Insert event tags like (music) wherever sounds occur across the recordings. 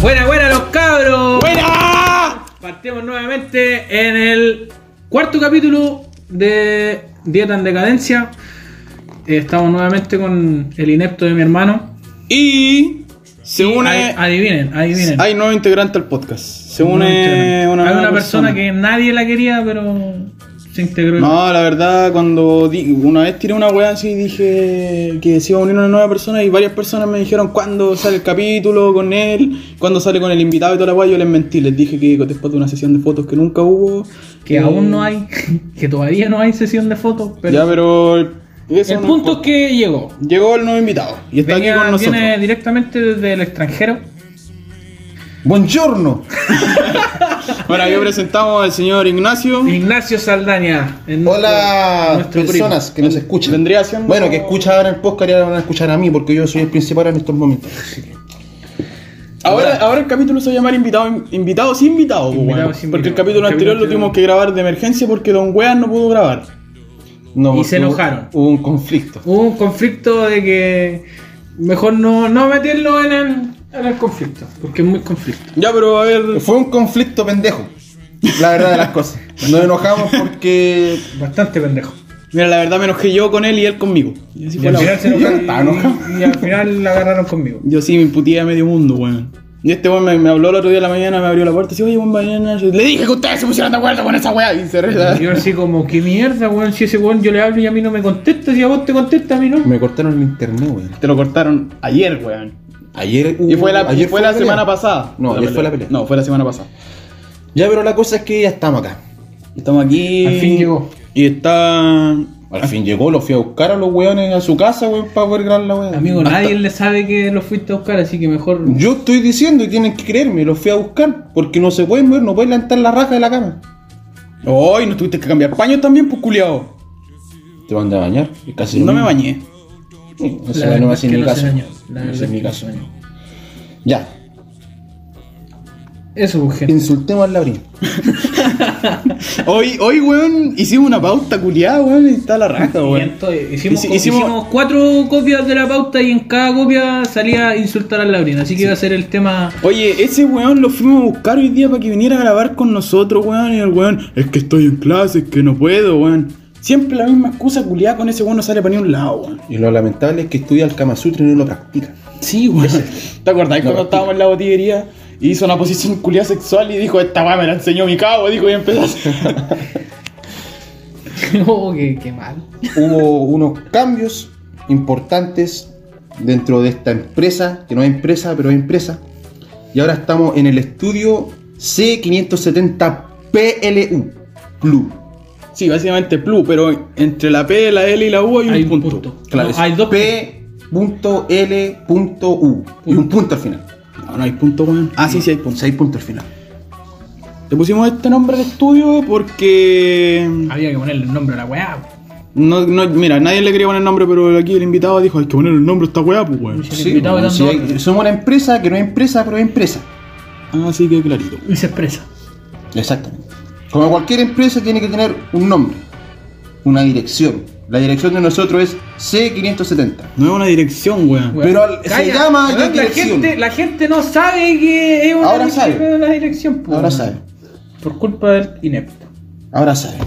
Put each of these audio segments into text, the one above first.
Buena, buena los cabros. ¡Buena! Partimos nuevamente en el cuarto capítulo de Dieta en Decadencia. Eh, Estamos nuevamente con el inepto de mi hermano. Y se Y une. ad- adivinen, adivinen. Hay nuevo integrante al podcast. Se No, une mentira, no. una, Hay nueva una persona, que nadie la quería, pero se integró. No, la verdad, cuando di- una vez tiré una weá así, dije que se iba a unir una nueva persona y varias personas me dijeron cuándo sale el capítulo con él, cuándo sale con el invitado y toda la weá. Yo les mentí, les dije que después de una sesión de fotos que nunca hubo. que eh, aún no hay, (laughs) que todavía no hay sesión de fotos. Pero ya, pero. eso el no punto es importa. que llegó. Llegó el nuevo invitado y está Venía- aquí con nosotros. Viene directamente desde el extranjero. Buongiorno. Bueno, aquí presentamos al señor Ignacio. Ignacio Saldaña. en nuestro- Hola nuestro primo. personas que nos escuchan. Vendría siendo- Bueno, que escuchan ahora el podcast y ahora van a escuchar a mí porque yo soy el principal en estos momentos. Así que- Ahora, ahora el capítulo se va a llamar invitado, invitado sin invitado, po, Invitado weón. sin porque el invitado. capítulo El anterior lo capítulo tuvimos que grabar de emergencia porque Don Weas no pudo grabar. No, Y porque se hubo- enojaron. Hubo, un conflicto. Hubo un conflicto de que mejor no, no meterlo en el, en el conflicto, porque es muy conflicto. Ya, pero a ver. Fue un conflicto pendejo. La verdad de las cosas. Nos enojamos porque. Bastante pendejo. Mira, la verdad me enojé yo con él y él conmigo. Y así Y fue al la final wea. se Yo enojaron estaba enojado. y, y al final la agarraron conmigo. Yo sí me imputía a medio mundo, weón. Y este weón me, me habló el otro día de la mañana, me abrió la puerta y dice, oye, weón, mañana. yo- le dije que ustedes se pusieron de acuerdo con esa wea. Y se Y yo reza. así como, qué mierda, weón, si ese weón yo le hablo y a mí no me contesta, si a vos te contesta, a mí no. Me cortaron el internet, weón. Te lo cortaron ayer, weón. Ayer. Y hubo- fue la, Uh, ayer fue la pelea. semana pasada. No, ayer fue la pelea. No, fue la semana pasada. Ya, pero la cosa es que ya estamos acá. Estamos aquí. Al fin llegó. Y está. Al fin llegó, lo fui a buscar a los weones a su casa, weón, para poder grabar la weón. Amigo, nadie le sabe que lo fuiste a buscar, así que mejor... Yo estoy diciendo y tienen que creerme, los fui a buscar, porque no se pueden mover, no pueden levantar la raja de la cama. ¡Ay! ¿No tuviste que cambiar paños también, pues culiao? Te mandé a bañar, es casi lo No me mismo. bañé. Sí, La Eso no verdad me es hace que ni no se caso. dañó. La No me verdad hace es ni que no caso. se dañó. Ya, Eso, pues, gente. insultemos al labrín. Hoy, hoy, weón, hicimos una pauta culiao, weón, y está la raja, Y weón. entonces hicimos, Hici- hicimos- hicimos cuatro copias de la pauta y en cada copia salía a insultar al Labrín, así que iba a ser el tema. Oye, ese weón lo fuimos a buscar hoy día para que viniera a grabar con nosotros, weón. Y el weón, es que estoy en clase, es que no puedo, weón. Siempre la misma excusa culiao con ese weón no sale para ningún lado, weón. Y lo lamentable es que estudia el Kama Sutra y no lo practica. Sí, weón. (laughs) ¿Te acordás cuando estábamos en la botillería? y Hizo una posición culiada sexual y dijo, esta weá me la enseñó mi cabo, dijo, y empezó a hacer- oh, qué, qué mal. (laughs) Hubo unos cambios importantes dentro de esta empresa, que no es empresa, pero es empresa. Y ahora estamos en el estudio C570PLU. Plu. Sí, básicamente plu, pero entre la P, la L y la U hay un, Hay un punto. punto. Claro, No, es hay dos P.L.U. Y un punto al final. No, no hay punto, weón. Ah, sí, sí hay punto. Seis puntos al final. Le pusimos este nombre al estudio porque. Había que ponerle el nombre a la weá. No, no, mira, nadie le quería poner nombre, pero aquí el invitado dijo: hay que poner el nombre a esta weá, pues weón. Sí, invitado bueno, dando si hay- orden. somos una empresa que no es empresa, pero es empresa. Así que Ah, clarito. Y se expresa. Exactamente. Como cualquier empresa tiene que tener un nombre, una dirección. La dirección de nosotros es C570. No es una dirección, weón. Weón. Pero al- se Calla, llama weón, la dirección. gente, la gente no sabe que es una, Ahora dirección- sabe. es una dirección. po. Ahora sabe. Por culpa del inepto. Ahora sabe.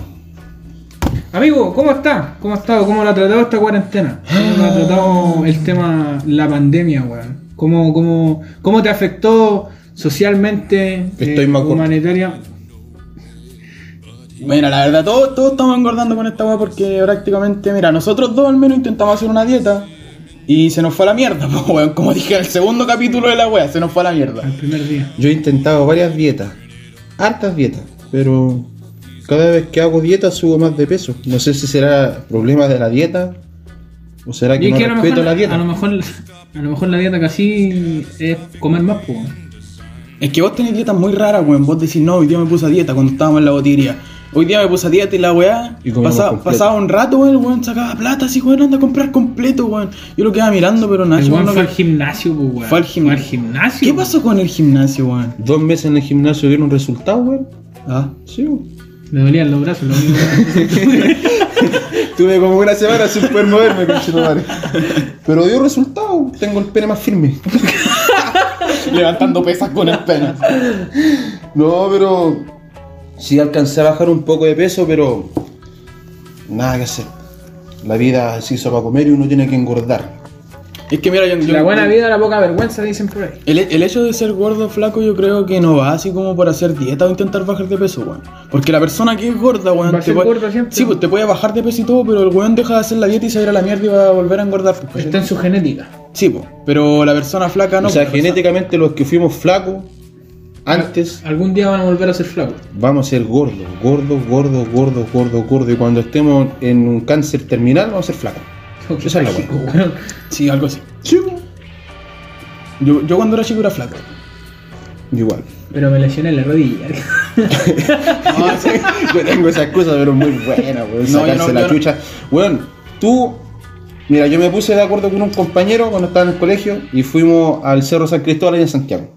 Amigo, ¿cómo está? ¿Cómo ha estado? ¿Cómo la ha tratado esta cuarentena? ¿Cómo la ha tratado el tema, la pandemia, weón? ¿Cómo, cómo, cómo te afectó socialmente, eh, Estoy más corto. humanitaria? Mira, la verdad, todos, todos estamos engordando con esta weá porque prácticamente, mira, nosotros dos al menos intentamos hacer una dieta y se nos fue a la mierda, (laughs) pues weón. Como dije, el segundo capítulo de la weá, se nos fue a la mierda. Al primer día. Yo he intentado varias dietas, hartas dietas, pero cada vez que hago dieta subo más de peso. No sé si será problema de la dieta o será que Y es no que a lo, respeto mejor, la dieta. a lo mejor a lo mejor la dieta casi es comer más, pues, po. Es que vos tenés dietas muy raras, weón. Vos decís, no, hoy día me puse a dieta cuando estábamos en la botillería. Hoy día me puse a dieta y la weá. Y comimos pasa- completo. pasaba un rato, weón, el weón, sacaba plata así, weón, anda a comprar completo, weón. Yo lo quedaba mirando, pero nada, El weón, weón no fue al me- gimnasio, po, weón. Fue al gimnasio. gimnasio, ¿Qué po. pasó con el gimnasio, weón? Dos meses en el gimnasio dieron resultado, weón. Ah. Sí, weón. Me dolían los brazos, lo único que- Tuve como una semana sin poder (laughs) moverme, conchetumare. Pero dio resultado, tengo el pene más firme. (laughs) levantando pesas con el pene. No, pero sí alcancé a bajar un poco de peso, pero nada que hacer. La vida se hizo para comer y uno tiene que engordar. Es que mira, yo, (laughs) yo- La buena vida, la poca vergüenza, dicen por ahí. El, el hecho de ser gordo o flaco yo creo que no va así como por hacer dieta o intentar bajar de peso, weón. Porque la persona que es gorda, weón, Va a ser puede- gorda siempre. Sí, pues te puede bajar de peso y todo, pero el weón deja de hacer la dieta y se va a ir a la mierda y va a volver a engordar. pues, ¿cachai? Está en su genética. Sí, pues. Pero la persona flaca no. o sea, pues, la persona- genéticamente los que fuimos flacos antes Algún día van a volver a ser flacos. vamos a ser gordos, gordos, gordos, gordos, gordos, gordos. Y cuando estemos en un cáncer terminal vamos a ser flacos. Qué Esa es la trágico, weá. weón. Sí, algo así. Sí, Yo, yo cuando era chico era flaco. igual. Pero me lesioné la (laughs) rodilla. No, sí. Yo tengo esa excusa, pero muy buena, weón. No, Sacarse yo no, la yo no. chucha. Weón, tú. Mira, yo me puse de acuerdo con un compañero cuando estaba en el colegio y fuimos al Cerro San Cristóbal allá en Santiago.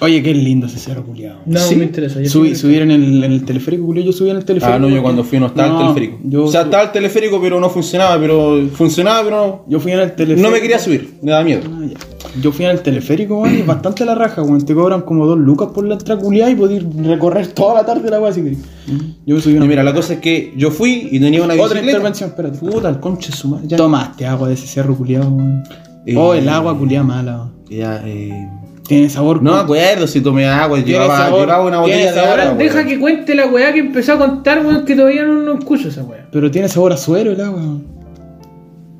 Oye, qué lindo ese cerro culiado. No, ¿Sí? me interesa. yo Subí, soy- subir en el, en el teleférico, culiao, Yo subí en el teleférico. Ah, no, yo porque- cuando fui no estaba el teleférico. Yo, o sea, estaba el teleférico, pero no funcionaba, pero funcionaba, pero yo fui en el no, teleférico. no me quería subir, me daba miedo. Ah, ya. Yo fui al teleférico, weón, y es bastante la raja, weón. Te cobran como dos lucas por la entrada culiá y podés recorrer toda la tarde la weá si querés. Yo me subí No, una. mira, la cosa es que yo fui y tenía una Otra bicicleta. intervención, espérate. Puta, el conche de su madre. ya. Tomaste agua de ese cerro culiado, weón. Eh, Oh, el agua culiá mala, weón. Ya, eh, Tiene sabor. No me como- acuerdo si tomé agua, llevaba, sabor, llevaba una tiene botella de sabor, agua. Ahora deja Ah, weón. que cuente la weá que empezó a contar, weón, que todavía no, no escucho esa weá. Pero tiene sabor a suero el agua, weón.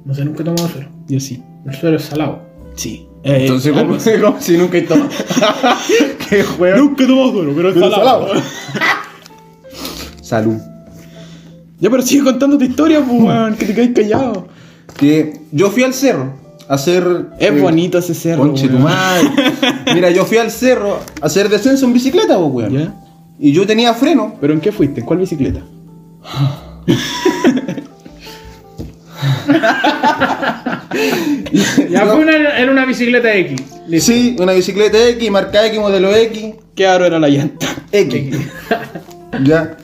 No sé, nunca he tomado suero. Yo sí. El suero es salado. (laughs) Sí. Eh, Entonces, ¿cómo, algo así. ¿cómo si nunca he tomado? (laughs) ¡Qué juego! Nunca he tomado suero, pero es Pero salado. salado. Salud. Ya, pero sigue contando tu historia, pues, weón, que te quedas callado. Que yo fui al cerro a hacer. Es eh, bonito ese cerro. Conche tu weón. madre. Mira, yo fui al cerro a hacer descenso en bicicleta, pues, weón. ¿Ya? Y yo tenía freno. ¿Pero en qué fuiste? ¿En cuál bicicleta? Ya No. fue una- en una bicicleta X. Sí, una bicicleta X, marca X, modelo X. ¿Qué aro era la llanta? X. (laughs) ya.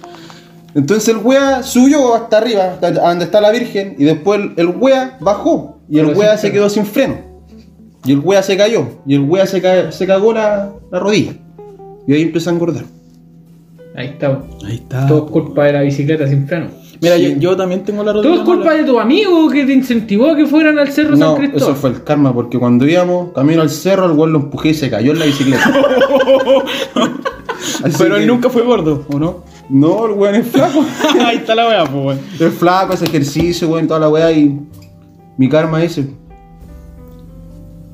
Entonces el wea subió hasta arriba, hasta donde está la Virgen, y después el, el wea bajó, y el Pero wea sin se freno. quedó sin freno. Y el wea se cayó, y el wea se, ca- se cagó la, la rodilla. Y ahí empezó a engordar. Ahí está. Ahí está. Todo es culpa de la bicicleta sin freno. Mira, yo, yo también tengo la rodilla. Todo es culpa de tu amigo que te incentivó a que fueran al Cerro No, San eso Cristóbal. fue el karma, porque cuando íbamos camino al cerro, el wea lo empujé y se cayó en la bicicleta. Así Pero que- él nunca fue gordo, ¿o (laughs) no? No, el weón es flaco. Ahí está la wea, pues, weón. es flaco, hace ejercicio, weón, toda la wea, y mi karma dice: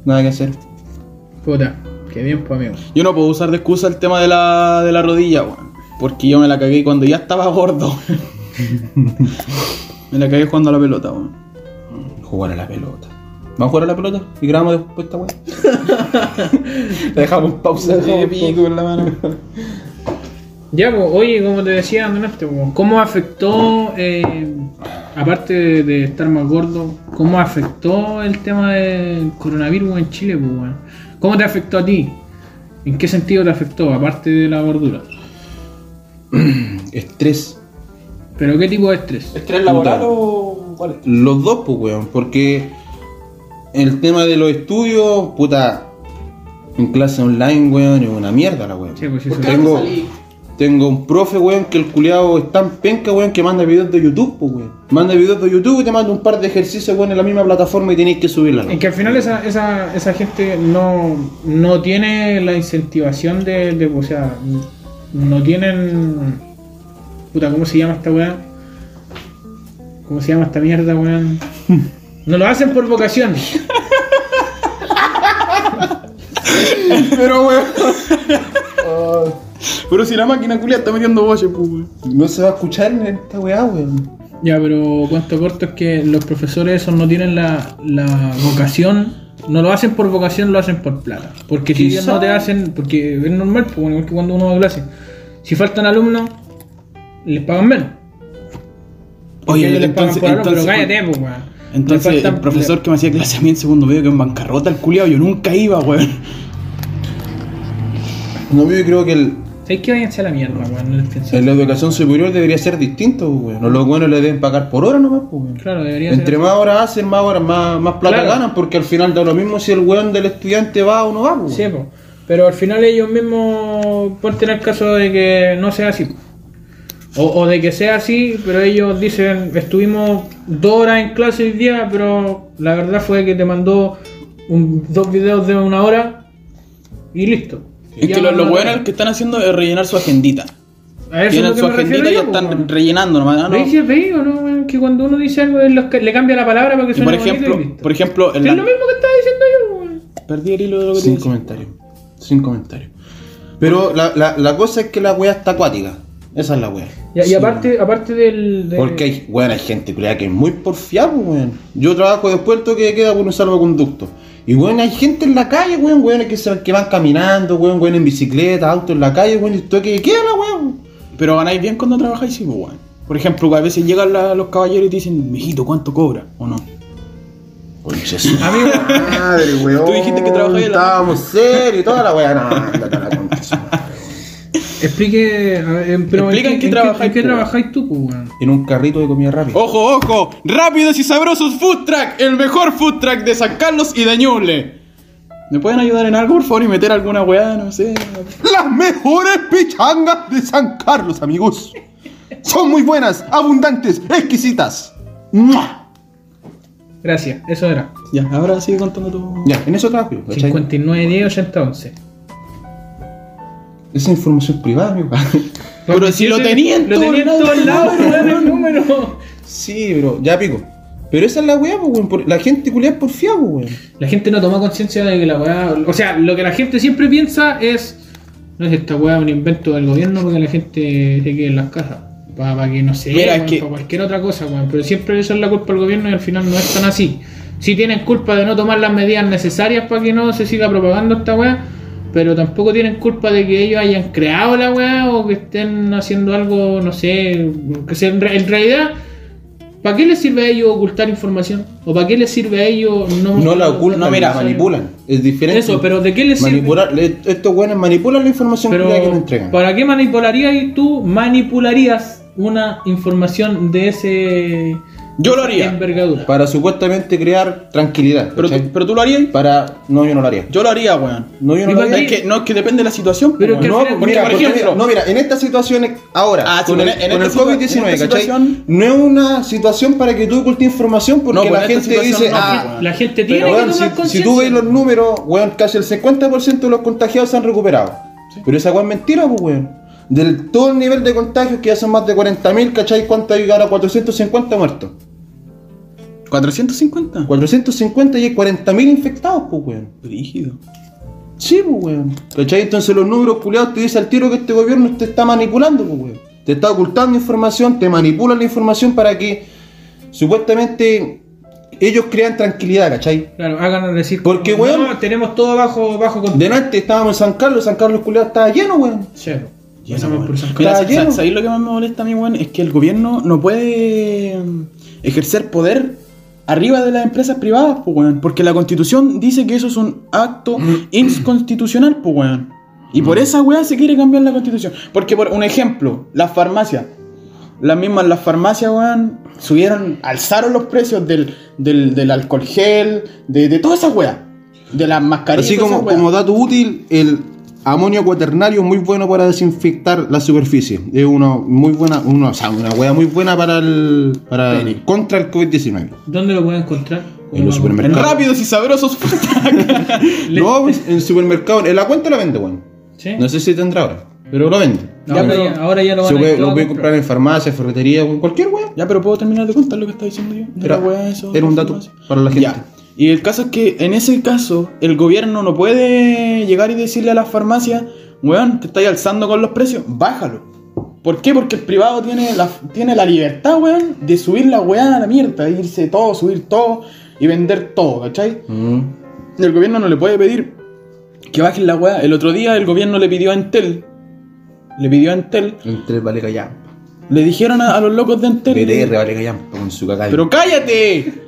Nada que hacer. Puta, qué bien, pues, amigo. Yo no puedo usar de excusa el tema de la, de la rodilla, weón. Porque yo me la cagué cuando ya estaba gordo. me la cagué jugando a la pelota, weón. Jugar a la pelota. ¿Vamos a jugar a la pelota? ¿Y grabamos después esta weá? La dejamos en pausa. Eh, pico en la mano. Ya, pues, oye, como te decía, Andrés, este, pues, ¿cómo afectó, eh, aparte de, de estar más gordo, cómo afectó el tema del coronavirus en Chile? Pues, weón? ¿Cómo te afectó a ti? ¿En qué sentido te afectó, aparte de la gordura? Estrés. ¿Pero qué tipo de estrés? ¿Estrés laboral o cuál es? Los dos, pues, weón. Porque el tema de los estudios, puta. En clase online, weón, es una mierda la weón. Sí, pues, eso. tengo, tengo un profe, weón, que el culiado es tan penca, weón, que manda videos de YouTube, pues, weón. Manda videos de YouTube y te manda un par de ejercicios, weón, en la misma plataforma y tenéis que subirla. Y que al final esa, esa, esa gente no, no tiene la incentivación de, de, O sea, no tienen. Puta, ¿cómo se llama esta weá? ¿Cómo se llama esta mierda, weón? No lo hacen por vocación. Pero, weón. Ah. Pero si la máquina culia está metiendo boche, pues, weón. No se va a escuchar en esta weá, weón. Ya, pero cuento corto es que los profesores esos no tienen la, la vocación. No lo hacen por vocación, lo hacen por plata. Porque si ellos no te hacen. Porque es normal, pues, bueno, igual que cuando uno va a clase. Si faltan alumnos, les pagan menos. Oye, ellos les pagan por alumno, pero cállate, pues, weón. Les Entonces, faltan- el profesor que me hacía clase a mí en segundo medio que en bancarrota el culiao, yo nunca iba, weón. No, yo creo que el, ¿Sabéis que váyanse a la mierda, weón? No les pienso. en la educación superior debería ser distinto, pues, weón. No, los buenos le deben pagar por hora nomás, pues, weón. Claro, debería Entre ser. más horas hacen, más horas, más, más plata Claro. ganan, porque al final da lo mismo si el weón del estudiante va o no va, pues, Sí, po. weón. Pero al final ellos mismos ponten el caso de que no sea así. O, o de que sea así, pero ellos dicen, estuvimos dos horas en clase hoy día, pero la verdad fue que te mandó un- dos videos de una hora y listo. Es que los, los weones que están haciendo es rellenar su agendita. A eso es lo Tienen que su me refiero agendita y yo, ya pues, weón. están rellenando nomás. Ah, no. ¿Veis? ¿Veis o no? weón? Que cuando uno dice algo, él los ca- le cambia la palabra para que Y suene por bonito ejemplo, y listo. por ejemplo, en Es la- lo mismo que estaba diciendo yo, weón. Perdí el hilo de lo que te Sin decía. comentario. Sin comentario. Pero la, la, la cosa es que la wea está acuática. Esa es la wea. Y, y aparte, aparte del... de- Porque hay, weón, hay gente culiá, que es muy porfiada, pues, weón. Yo trabajo de puerto que queda con un salvoconducto. Y weón, hay gente en la calle, weón, weón, que, se, que van caminando, weón, weón, en bicicleta, auto en la calle, weón, y esto que queda la weón. Pero ganáis bien cuando trabajáis, sí, pues, weón. Por ejemplo, a veces llegan la- los caballeros y te dicen, mijito, ¿cuánto cobra? ¿O no? Concha su (laughs) (laughs) madre, weón. Tú dijiste que trabajáis en la- (laughs) Estábamos serios y toda la weá. No, ándate a la concha su madre. Explique... a ver, en- pero Explica en qué trabajáis, en qué pues, trabajáis tú, pues, weón. En un carrito de comida rápida. ¡Ojo, ojo! ¡Rápidos y sabrosos food track! El mejor food track de San Carlos y de Ñuble. ¿Me pueden ayudar en algo, por favor, y meter alguna weá, no sé? Oh. Las mejores pichangas de San Carlos, amigos. Son muy buenas, abundantes, exquisitas. ¡Mua! Gracias, eso era. Ya, ahora sigue contando todo. Ya, en eso trabajo yo, ¿cachai? 59, 10, 80, 11. Esa información privada, amigo. Pero si lo tenía en Lo todo tenía en lado. todos lados, weón, el número. (laughs) sí, bro, ya pico. Pero esa es la weá, pues, weón. por- La gente culia es porfiada, pues, weón. La gente no toma conciencia de que la weá. O sea, lo que la gente siempre piensa es. No es esta weá un invento del gobierno porque la gente se quede en las casas. Para que no sé, Mira, es que- para cualquier otra cosa, weón. Pero siempre eso es la culpa del gobierno y al final no es tan así. Sí tienen culpa de no tomar las medidas necesarias para que no se siga propagando esta weá. Pero tampoco tienen culpa de que ellos hayan creado la weá o que estén haciendo algo, no sé. Que sea, en re- en realidad, ¿para qué les sirve a ellos ocultar información? ¿O para qué les sirve a ellos no No la ocultan, No, mira, la manipulan. Es diferente. Eso, pero ¿de qué les sirve? Manipular, le- estos weones manipulan la información Pero, culiá que le entregan. ¿Para qué manipularías y tú manipularías una información de ese Yo lo haría. envergadura? Para supuestamente crear tranquilidad. Pero, ¿cachai? tú- pero tú lo harías. Para. No, yo no lo haría. Yo lo haría, weón. No, yo no ¿Y lo para haría. Es que, no, es que depende de la situación. Pero es que weón. al final- porque, mira, por porque ejemplo, no, mira, en estas situaciones, ahora, Ah, sí, con en- el, en con esta el situa- en COVID-19, esta ¿cachai? situación- No es una situación para que tú ocultes información No, porque con la esta gente situación dice, no, pues, ah, La gente tiene pero que weón, tomar si- si, conciencia. tú ves los números, weón, casi el 50% de los contagiados se han recuperado. Pero esa weón es mentira, pues, weón. Del todo el nivel de contagios que ya son más de 40.000, ¿cachai? ¿Cuánto hay ahora? 450 muertos. 450. 450 y hay 40.000 infectados, pues, weón. Rígido. Sí, pues, weón. ¿Cachai? Entonces los números culiados te dicen al tiro que este gobierno te está manipulando, pues, weón. Te está ocultando información, te manipulan la información para que supuestamente ellos crean tranquilidad, ¿cachai? Claro, háganos decir. Porque, como, weón- no, tenemos todo bajo, bajo control. Delante estábamos en San Carlos, San Carlos culiado estaba lleno, weón. Cero. Lleno, Pasamos weón. por San Mira, Carlos. sa- Está sa- lleno. ¿sabéis lo que más me molesta a mí, weón? Es que el gobierno no puede mm, ejercer poder arriba de las empresas privadas, pues, weón. Porque la constitución dice que eso es un acto Mm. (clears throat) inconstitucional, pues, weón. Y por esa weá se quiere cambiar la constitución. Porque, por un ejemplo, las farmacias. Las mismas, las farmacias, weón, subieron, alzaron los precios del, del, del alcohol gel, de, de toda esa weá. De las mascarillas. Así toda como, esa weá. como dato útil, el amonio cuaternario es muy bueno para desinfectar la superficie. Es una muy buena, una, o sea, una wea muy buena para el, para el- contra el COVID-19. ¿Dónde lo pueden encontrar? En los En supermercados. rápidos y sabrosos. (laughs) No, pues, en supermercado, en la cuenta la vende, weón. ¿Sí? No sé si tendrá ahora, pero lo vende. No, Ya, pero pero- ya- ahora ya lo Se van puede- ir todo lo puede comprar en farmacia, ferretería, en cualquier weá. Ya, pero puedo terminar de contar lo que estaba diciendo yo. De Era- la weá, eso, era un de dato farmacia. para la gente. Ya. Y el caso es que en ese caso, el gobierno no puede llegar y decirle a las farmacias, weón, te estáis alzando con los precios, bájalo. ¿Por qué? Porque el privado tiene la, tiene la libertad, weón, de subir la weá a la mierda, irse todo, subir todo y vender todo, ¿cachai? Mm. El gobierno no le puede pedir que bajen la weá. El otro día el gobierno le pidió a Entel, le pidió a Entel, Entre vale callampa. le dijeron a, a los locos de Entel. BTR vale callampa con su cacao. Pero cállate.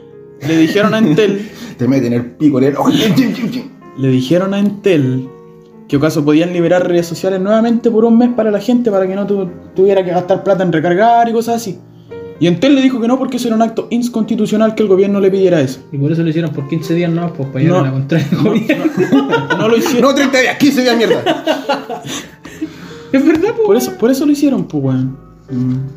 Le dijeron a Entel, te meten el pico ¡Oh, en el ojo. Chim, chim, chim, chim. le dijeron a Entel que acaso podían liberar redes sociales nuevamente por un mes para la gente para que no tu- tuviera que gastar plata en recargar y cosas así. Y Entel le dijo que no porque eso era un acto inconstitucional que el gobierno le pidiera eso. Y por eso lo hicieron por 15 días no, pues para llevar No. a la contraria del gobierno. No lo hicieron. No, 30 días, 15 días, mierda. Es verdad, pues. Por eso, por eso lo hicieron, pues, weón. (laughs)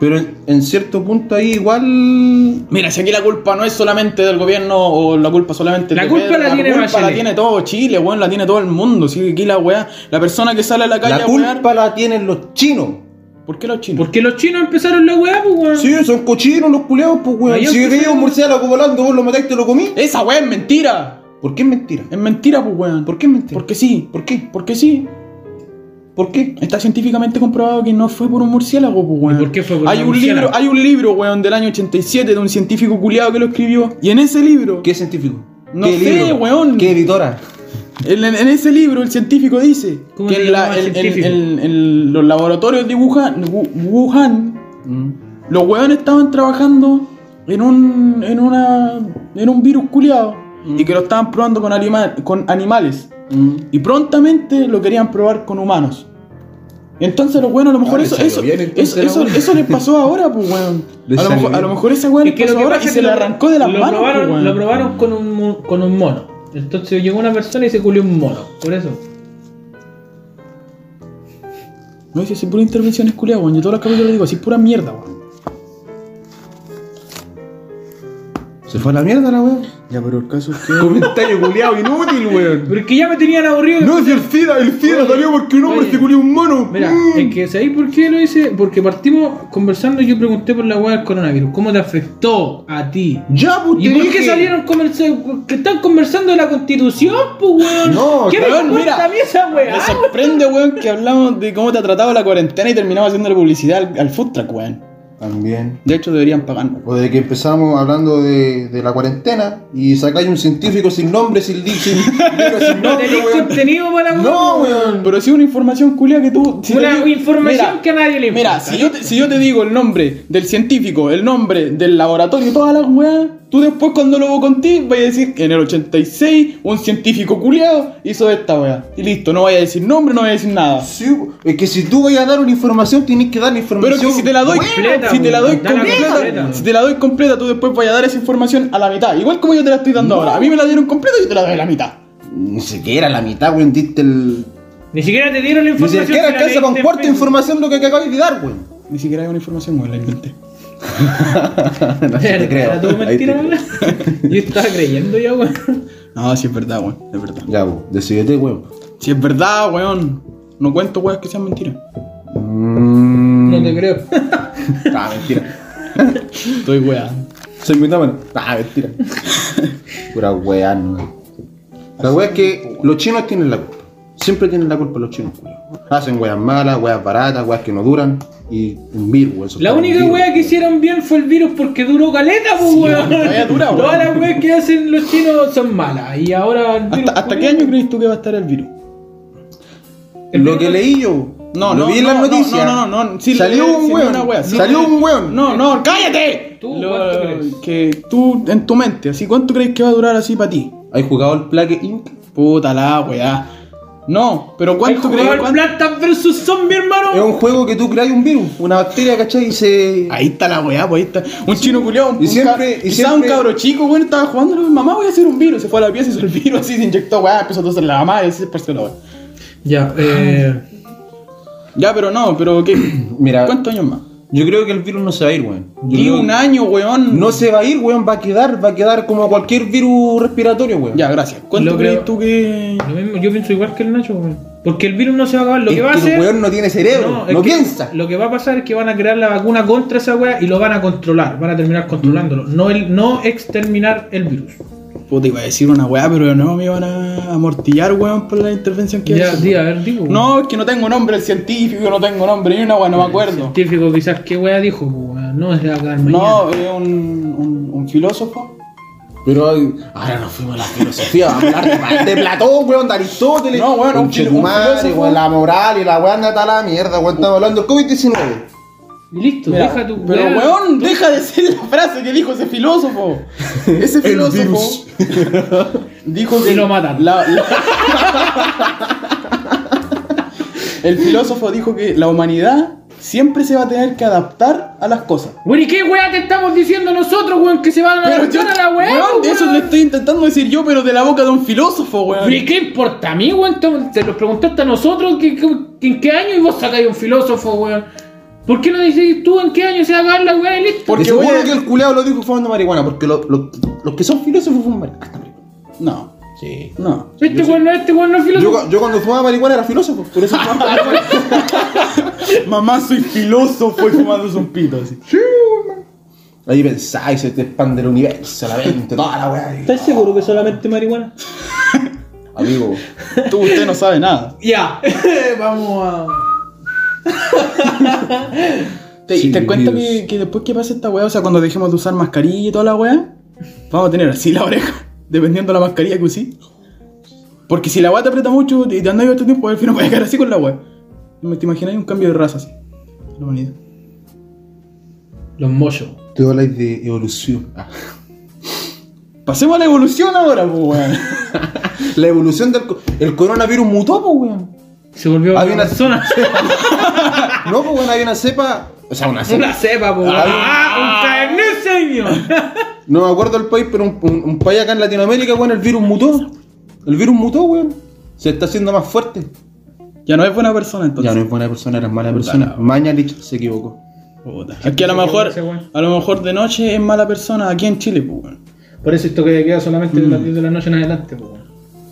Pero en, en cierto punto ahí igual. Mira, si aquí la culpa no es solamente del gobierno o la culpa solamente La de culpa la tiene culpa Bachelet. la tiene todo Chile, weón, la tiene todo el mundo. Si aquí la weá, la persona que sale a la calle la a wear- culpa la tienen los chinos. ¿Por qué los chinos? Porque los chinos empezaron la weá, pues, weón. Sí, son cochinos los culeados, pues, weón. Ahí Si empezaron. veía un murciélago volando, vos lo mataste y te lo comí. Esa weá es mentira. ¿Por qué es mentira? Es mentira, pues, weón. ¿Por qué es mentira? Porque sí. ¿Por qué? Porque sí. ¿Por qué? Está científicamente comprobado que no fue por un murciélago, pues, weón. ¿Y por qué fue por hay una un murciélaga? libro, Hay un libro, weón, del año 87 de un científico culiado que lo escribió. Y en ese libro, ¿Qué científico? No ¿Qué sé, weón. ¿Qué editora? en, en- en ese libro, el científico dice ¿Cómo que le en, la- llamaban en- científico? en- en- en los laboratorios de Wuhan, Wu- Wuhan, Mm. los weones estaban trabajando en un, en una, en un virus culiado Mm. y que lo estaban probando con, anima- con animales. Y prontamente lo querían probar con humanos. Y entonces los weones, a lo mejor Ah, le eso, salió eso, bien, entonces, eso, eso, la weá. eso les pasó ahora, pues weón. Le A lo, salió mejor, a bien. lo mejor ese weón Es les que lo pasó que ahora pasa y es se que le lo- arrancó de las lo manos. pues, Probaron, weón. Lo probaron con un, mo- con un mono. Entonces llegó una persona y se culió un mono. Por eso. No, si es pura intervención es culiado, weón. Yo todos los capítulos lo digo, así es pura mierda, weón. Se fue a la mierda la weón. Ya, pero el caso es que. (laughs) Comentario culiado inútil, weón. Pero es que ya me tenían aburrido. No, si el SIDA, el SIDA salió porque un hombre oye. se culió un mono. Mira, Mm. es que ¿sabéis por qué lo hice? Porque partimos conversando y yo pregunté por la weá del coronavirus. ¿Cómo te afectó a ti? Ya, pues ¿Y te por qué dije. salieron conversa- que están conversando de la constitución, pues weón? No, ¿Qué me weón, importa mira. a mí esa weá? Me sorprende, weón, que hablamos de cómo te ha tratado la cuarentena y terminamos haciendo la publicidad al, al food truck, weón. También. De hecho, deberían pagarnos. O de que empezamos hablando de, de la cuarentena y sacáis un científico sin nombre, sin li- sin, (laughs) libro, sin No nombre, tenéis weón. contenido para la No, weá. weón. Pero sí una información culia que tú. si Una te digo- información que a nadie le Mira, importa. si yo, te, si yo te digo el nombre del científico, el nombre del laboratorio, todas las weas, tú después cuando lo conté vas a decir en el 86 un científico culiado hizo esta wea. Y listo, no vayas a decir nombre, no vayas a decir nada. Sí, es que si tú vayas a dar una información, tienes que dar la Pero información. que si te la doy, completa, si te la doy weón, dala completa, completa. si te la doy completa, tú después vas a dar esa información a la mitad. Igual como yo te la estoy dando ahora. A mí me la dieron completa y yo te la doy a la mitad. Ni siquiera la mitad, weón, diste el. Ni siquiera te dieron la Ni información. siquiera si la alcanza con leíste en cuarta Facebook. información lo que acabáis de dar, weón. (laughs) Ni siquiera hay una información, weón, la inventé. No sí te creo. Era todo Ahí te mentira, creo. weón. (laughs) Yo estaba creyendo ya, weón. No, si es verdad, weón, es verdad. Ya, weón, decidete, weón. Si es verdad, weón. No cuento weas que sean mentiras. Mm, No te creo. Ah, mentira. Estoy (laughs) wea. Soy mitómano. Ah, mentira. (laughs) Pura weá, no. La weá es que los chinos tienen la culpa. Siempre tienen la culpa los chinos, weón. Hacen weas malas, weas baratas, weas que no duran. Y un virus, weón. La única wea que hicieron bien fue el virus porque duró caleta, pues, weón. todavía dura, weón. Todas las weas que hacen los chinos son malas. Y ahora. el virus, ¿Hasta, hasta qué weón, año crees tú que va a estar el virus? el Lo virus- que leí yo. No, no, lo vi en no, las no, noticias. no, no, no, sí, salió sí, un sí, weón. una wea, sí. salió un weón. No, no, cállate. ¿Tú cuánto crees? Que tú, en tu mente, así, ¿cuánto crees que va a durar así para ti? ¿Hay jugado el Plague Inc? Puta la weá. No, pero ¿Has ¿cuánto jugado crees? al cuánto- Plantas vs Zombie, Es hermano? un juego que tú creas un virus, una bacteria, ¿cachai? Y se. Ahí está la weá, pues ahí está. Un chino culiao, un Y siempre- ca- y quizá un siempre- cabro chico, weón, estaba jugando, le dijo, mamá voy a hacer un virus. Se fue a la pieza, hizo el virus así, se inyectó weá, empezó a toser la mamá y así se partió la weá. Ya, eh. Ya, pero no, pero (coughs) ¿qué? Mira, ¿Cuántos años más? yo creo que el virus no se va a ir, weón. Yo Di creo que- un año, weón. No se va a ir, weón, va a quedar, va a quedar como cualquier virus respiratorio, weón. Ya, gracias. ¿Cuánto Lo crees creo- tú que.? Lo mismo, yo pienso igual que el Nacho, weón. Porque el virus no se va a acabar. Lo Es que va a que el hacer. weón no tiene cerebro, no, es que piensa. Lo que va a pasar es que van a crear la vacuna contra esa weá y lo van a controlar. Van a terminar controlándolo. No, el, no exterminar el virus. Puta, iba a decir una weá, pero no me iban a amortillar, weón, por la intervención que Ya, hice. di, a ver, digo. No, es que no tengo nombre el científico, no tengo nombre ni una weá, no me acuerdo. Científico, quizás, ¿qué weá dijo? po, weá? No, se va a acabar mañana. No, es un, un, un filósofo. Pero hay- ahora nos fuimos a la filosofía, vamos a hablar de, de Platón, weón, de Aristóteles, No, weón, con un filo- un Chetumare, filósofo. weón, la moral y la weón, anda a la mierda, weón, estamos hablando del COVID-19. Y listo, Mira, deja tu pero weá. weón, deja de decir la frase que dijo ese (laughs) filósofo. Ese filósofo (laughs) dijo que Y lo matan. la- la- (laughs) el filósofo dijo que la humanidad siempre se va a tener que adaptar a las cosas. Weón, ¿y qué weá te estamos diciendo nosotros, weón? Que se van a Pero yo, adaptar a la weá. weón, de eso weón? le estoy intentando decir yo, pero de la boca de un filósofo, weón. Pero ¿y qué importa a mí, weón? Te- Te lo preguntaste a nosotros que, que- que en qué año y vos sacáis un filósofo, weón. ¿Por qué no decís tú en qué año se va a acabar la weá y listo? Por- Porque Porque seguro voy a- que el culeado lo dijo fumando marihuana, porque lo- lo- los que son filósofos fuman marihuana. No, Sí. no. Este weón no, este weón no es Yo, filósofo. cu- yo cuando fumaba marihuana era filósofo, por eso fumaba marihuana. Mamá, soy filósofo y fumándose un pito así. Ahí pensáis, se te expande el universo, la mente, toda la weá. ¿Estás seguro que solamente marihuana? Amigo, Tú, usted no sabe nada. Ya, vamos a. ¿Te, Sí, te cuento Dios. que, que después que pase esta weá, o sea, cuando dejemos de usar mascarilla y toda la weá, vamos a tener así la oreja, (laughs) dependiendo de la mascarilla que usís. Porque si la weá te aprieta mucho y te andas otro tiempo, al final vas a quedar así con la weá. ¿Me te imaginas un cambio de raza así? La humanidad. Los mochos. te habláis de evolución. Ah. Pasemos a la evolución ahora, pues (laughs) weón. La evolución del co- el coronavirus mutó, pues weón. Se volvió Había una una- persona. No, pues weón, hay una cepa, o sea, una cepa. una cepa, po, weón. ¡Ah! ¡Un carnicero! No me acuerdo el país, pero un, un- un país acá en Latinoamérica, weón, el virus mutó. El virus mutó, weón. Se está haciendo más fuerte. Ya no es buena persona entonces. Ya no es buena persona, era mala Puta persona. la- Mañalich se equivocó. Puta. Aquí a lo Qué mejor, vergüenza, weón. a lo mejor de noche es mala persona aquí en Chile, pues weón. (laughs) Por eso esto que queda solamente de las 10 de la noche en adelante, po, weón.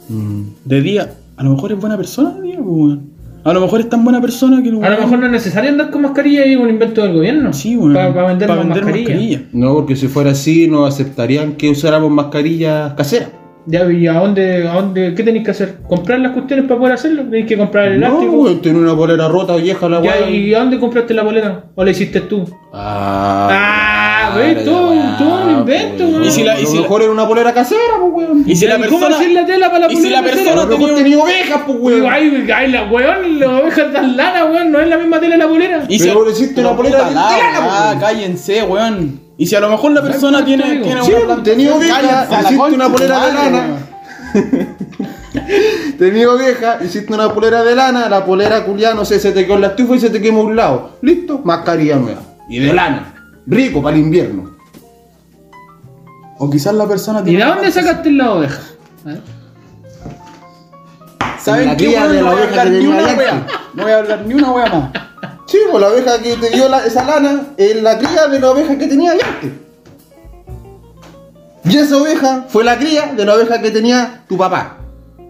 Mm. De día, a lo mejor es buena persona de día, pues weón. A lo mejor es tan buena persona que el A lo weón- mejor no es necesario andar con mascarilla y es un invento del gobierno. Sí, weón. Para vender Pa' más mascarilla. mascarilla. No, porque si fuera así, no aceptarían que usáramos mascarillas caseras. Ya, ¿y a dónde, a dónde, qué tenéis que hacer? ¿Comprar las cuestiones para poder hacerlo? Tenéis que comprar el No, elástico. weón, tiene una polera rota, vieja la Ya, weón. ¿Y a dónde compraste la boleta? ¿O la hiciste tú? Ah, Ah, güey, ahora todo- ya, todo un weón. invento, weón. Y si la- A y lo si la- mejor era una polera casera, pues weón. Y si la ¿Y ¿Cómo persona. hacer la tela para la y si la polera persona A lo mejor tenía- tenía ovejas, pues Digo, weón. Ay, ay, la weón, las ovejas dan lana, weón, no es la misma tela de la bolera. Y Pero le hiciste una Pero polera puta de la- tela, Ah, weón. cállense, weón. Y si a lo mejor la persona importa, tiene, amigo. tiene Sí, una planta- tenía Cállense a oveja, la hiciste concha una de polera de madre, lana. (laughs) Tenía oveja, hiciste una polera de lana, la polera culiada, no sé, se te quedó en la estufa y se te quemó un lado. Listo, mascarilla nueva. Y de lana. Rico para el invierno. O quizás la persona ¿Y tiene. de una dónde sacaste la oveja? ¿Eh? En ¿Saben la qué, cría weón? de No la voy a oveja hablar que ni tenía una leche. weá. No voy a hablar ni una weá más. Sí, pues la oveja que te dio la- esa lana es la cría de la oveja que tenía antes. Y esa oveja fue la cría de la oveja que tenía tu papá.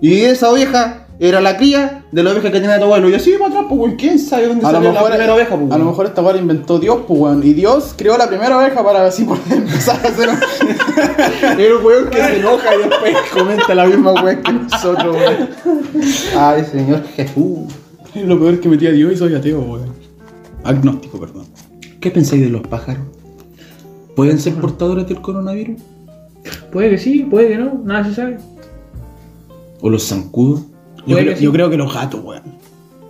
Y esa oveja era la cría de la oveja que tenía tu abuelo. Y así para atrás, pues, güey, ¿quién sabe dónde A lo, salió la mejor, primera oveja? Pues, a lo güey? mejor esta weá la inventó Dios, pues weón. Y Dios creó la primera oveja para así poder empezar a hacer. (laughs) Era un weón que se enoja y después comenta la misma weón que nosotros, weón. Ay, señor Jesús. Lo peor que metí a Dios y soy ateo, weón. Agnóstico, perdón. ¿Qué pensáis de los pájaros? ¿Pueden ser portadores del coronavirus? Puede que sí, puede que no, nada se sabe. ¿O los zancudos? Yo, Puede creo, que sí. yo creo que los gatos, weón.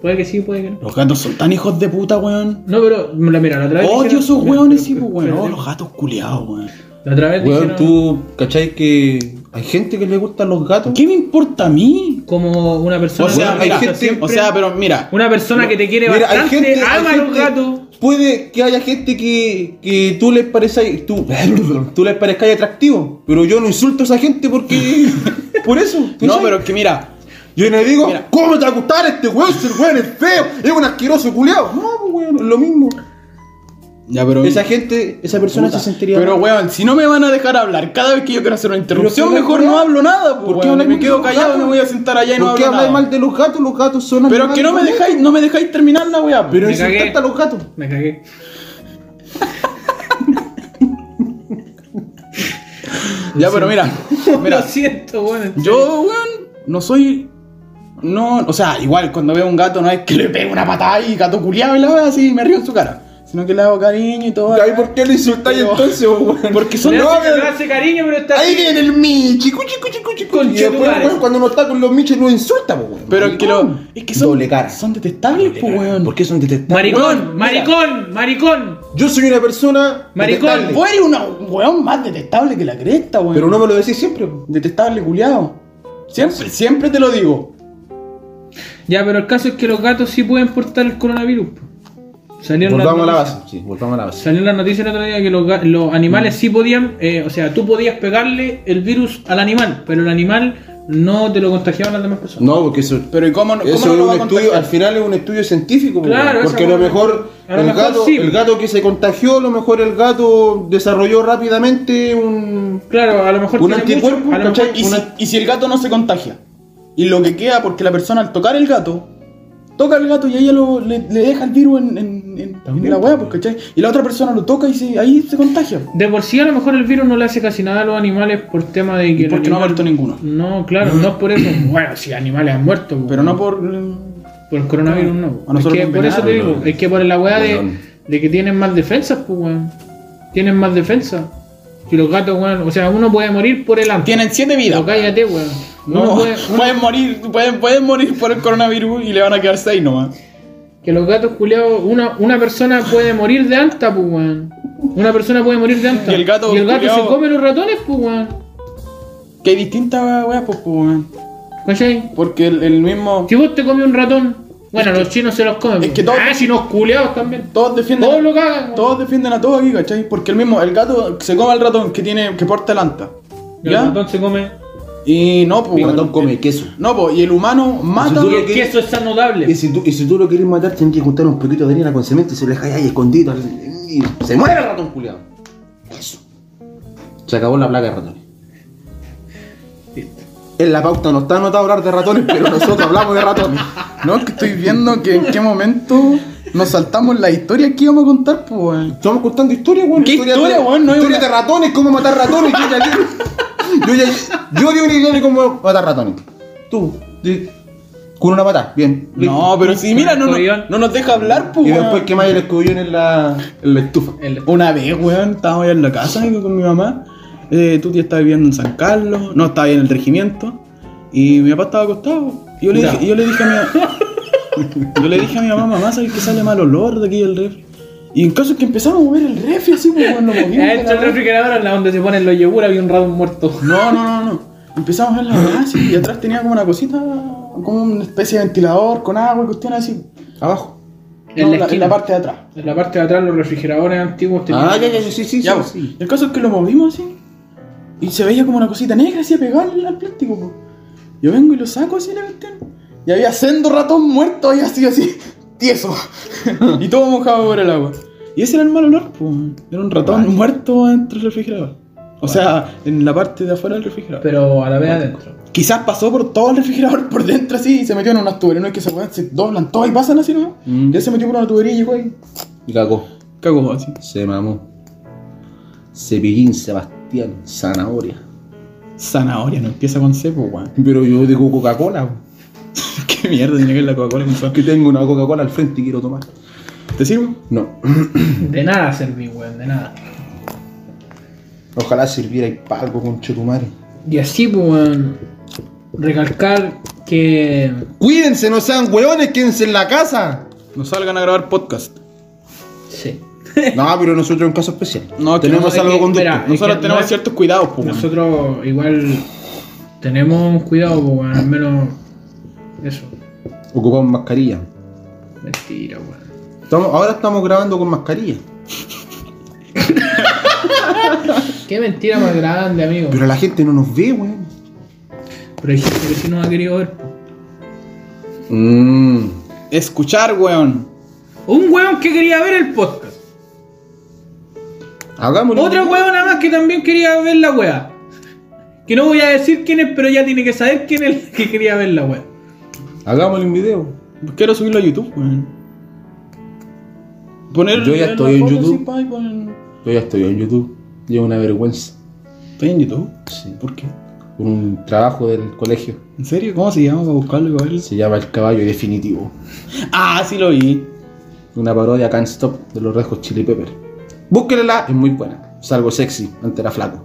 Puede que sí, puede que no. Los gatos son tan hijos de puta, weón. No, pero la- mira, la otra vez. Odio dijeron- esos Mira, weones, sí, pero- pues, weón. pero- Oh, los gatos culiados, weón. La otra vez Weón, dijeron tú, ¿cachai que hay gente que le gustan los gatos? ¿Qué me importa a mí? como una persona. O sea, que hay ama- gente- siempre- O sea, pero mira. Una persona que te quiere Mira, hay bastante, gente- hay ama a los gente- gatos. Puede que haya gente que, que tú les parezcas tú, (laughs) tú les parezcas atractivo, pero yo no insulto a esa gente (laughs) porque por eso. No, ¿cachai? pero que mira. yo no digo, Mira. ¿cómo te va a gustar este weón? Si el weón es feo, es un asqueroso culiao. No, pues, weón, es lo mismo. Ya, pero. Esa gente, esa persona Puta. se sentiría Pero, weón, si no me van a dejar hablar cada vez que yo quiero hacer una interrupción, Pero, mejor weón, no hablo nada, ¿por pues, qué weón. habláis Me mal de quedo los callado y gatos? me voy a sentar allá y no ¿Por qué hablo habláis nada. mal de los gatos? Los gatos son Pero es animales que no me también. dejáis, no me dejáis terminar la weá, pues. Pero Me insultaste cagué. a los gatos. Me cagué. Ya, pero (laughs) mira. (laughs) Lo Mira, siento, weón. yo, weón, no soy. No, o sea, igual cuando veo a un gato no es que le pegue una patada y gato culiado y la weá así y me río en su cara. Sino que le hago cariño y todo. Ay, ¿por qué lo insultáis Pero- entonces, weón? Porque son Le no, hace, le hace cariño, pero está. Ahí viene el Michi, cuchi, cuchi, cuchi, cuchi. Y después, Conchetumares. weón, cuando uno está con los Michi, lo insulta, pues, weón. Pero es que lo. Es que son. Doble cara. Son detestables, pues, weón. ¿Por qué son detestables? Maricón, Weón, mira. maricón, maricón. Yo soy una persona Maricón, detestable, Vos eres una weón más detestable que la cresta, weón. pero no me lo decís siempre. po. Detestable, culiado. Siempre, siempre te lo digo. Ya, pero el caso es que los gatos sí pueden portar el coronavirus. po. Salió en Volvamos a la noticia- base. Sí, volvamos a la base. Salió en la noticia el otro día que los, ga- los animales sí podían, eh, o sea, tú podías pegarle el virus al animal, pero el animal no te lo contagiaban las demás personas. No, porque eso, Pero ¿y cómo, no- cómo eso no es lo va un a estudio, contagiar? al final es un estudio científico, pues, Claro, porque a esa lo weá. mejor, A lo el, mejor gato, sí. el gato que se contagió, a lo mejor el gato desarrolló rápidamente un... Claro, a lo mejor Un tiene mucho, anticuerpo, a lo ¿cachai? mejor- ¿Y, si, y si el gato no se contagia? Y lo que queda, porque la persona al tocar el gato, toca el gato y ella lo, le, le deja el virus en, en- en- en la hueá, pues, ¿cachai? Y la otra persona lo toca y se- ahí se contagia. de por sí a lo mejor el virus no le hace casi nada a los animales por tema de que Y el porque no ha animal- muerto ninguno. No, claro, no es por eso. Bueno, si animales han muerto, Pero no por. por el coronavirus no. A nosotros es que nos por eso te envenenaron, digo, es que por la weá de, Weón. de que tienen más defensas, pues weón. Tienen más defensas. Si los gatos, weón, o sea, uno puede morir por el hambre. Tienen siete vidas. Pero cállate, weón. No Uno- puede- uno- (laughs) pueden morir, pueden, pueden morir por el coronavirus y le van a quedar seis nomás. que los gatos culiados, una, una persona puede morir de anta, pues weón. Una persona puede morir de anta. Y el gato Y el gato culiao- se come los ratones, pues weón. Que hay distintas weas, pues, pues, weón. ¿Cachai? Porque el, el mismo. Si vos te comes un ratón, bueno, los chinos se los comen. es pues. que todo- Ah, chinos culiados también. Todos defienden. Todos lo cagan. weón. Todos defienden a todos aquí, ¿cachai? Porque el mismo, el gato se come al ratón que tiene, que porta el anta. Y el ¿Ya? ratón se come. Y no, pues. Un weón. ratón come queso. No, pues, y el humano mata. tú Y lo el que- queso es tan Y notable. si tú, y si tú lo quieres matar, tienes que juntar un poquito de harina con cemento y se lo dejas ahí escondido. Y se muere el ratón culiado. Eso. Se acabó la plaga de ratones. En la pauta no está anotado hablar de ratones, pero nosotros hablamos de ratones. No, es que estoy viendo que en qué (laughs) momento nos saltamos la historia que íbamos a contar, pues, weón. Estamos contando historias, weón. ¿Qué Historias historia, de- weón? No hay historias una- de ratones, cómo matar ratones. Yo ya yo, ya- yo di una idea de cómo matar ratones. Tú, di- con una patada, bien. No, pero si, mira, no, no, Escobión. no nos deja hablar, pues, Y weón. después quemáis el escobillón en la, en la estufa. El- Una vez, weón, estábamos allá en la casa y con mi mamá. Eh, Tuti estaba viviendo en San Carlos, no, estaba ahí en el regimiento. Y mi papá estaba acostado. Y yo le, Ya. dije, yo le dije a mi mamá, (laughs) yo le dije a mi mamá, mamá, ¿sabes que sale mal olor de aquí del refri? Y en caso es que empezamos a mover el refri así, pues, weón, lo (laughs) movimos. Ha hecho el refrigerador en la donde se ponen los yogur, había un ratón muerto. No, no, no, no. Empezamos a ver la weá así, y atrás tenía como una cosita, como una especie de ventilador con agua y cuestiones así. Abajo. En la No, la- en esquina. la parte de atrás. En la parte de atrás los refrigeradores antiguos tenían. Ah, ya, ya, ya, sí, sí, Ya, sí, po. sí. El caso es que lo movimos así. Y se veía como una cosita negra así pegada al plástico, po. Yo vengo y lo saco así la cuestión. Y había sendo ratón muerto ahí así, así, (laughs) tieso. y todo mojado por el agua. Y ese era el mal olor, po. Era un ratón Vale. muerto dentro del refrigerador. O sea, en la parte de afuera del refrigerador. Pero a la vez adentro. Quizás pasó por todo el refrigerador por dentro así y se metió en unas tuberías. No es que se, weón, se doblan todas y pasan así, ¿no? Mm. Ya se metió por una tubería y llegó ahí. Y cagó. Cagó así. Se mamó. Cepillín, Sebastián, zanahoria. Zanahoria, no empieza con C, po, weón. Pero yo digo Coca-Cola. (laughs) ¿Qué mierda tiene que ver la Coca-Cola con Que tengo una Coca-Cola al frente y quiero tomar. ¿Te sirvo? No. De nada serví, weón, de nada. Ojalá sirviera y palco con chetumare. Y así, pues, weón, recalcar que. Cuídense, no sean hueones, quédense en la casa. No salgan a grabar (laughs) podcast. Sí. No, pero nosotros en caso especial. No, que tenemos no, algo con mira, conducto. Es que Nosotros tenemos no es- ciertos cuidados, pues. weón. Nosotros igual tenemos cuidado, pues, weón, al menos. Eso. Ocupamos mascarilla. Mentira, weón. Estamos, ahora estamos grabando con mascarilla. Qué mentira más grande, amigo. Pero la gente no nos ve, weón. Pero hay gente que sí nos ha querido ver. po. Mmm. Escuchar, weón. Un weón que quería ver el podcast. Hagámoslo. Otra weona más que también quería ver la wea. Que no voy a decir quién es, pero ya tiene que saber quién es el que quería ver la wea. Hagámosle un video. Quiero subirlo a YouTube, weón. Poner Yo ya la estoy en foto, YouTube. sí, pa, y pon- Yo ya estoy en YouTube. Llevo una vergüenza. Estoy en YouTube. Sí. ¿Por qué? un trabajo del colegio. ¿En serio? ¿Cómo se llama? Para buscarlo y para verlo. Se llama El Caballo Definitivo. Ah, sí lo vi. Una parodia Can't Stop de los Rejos Chili Pepper. Búsquenla, es muy buena. Salvo sexy, antes era flaco.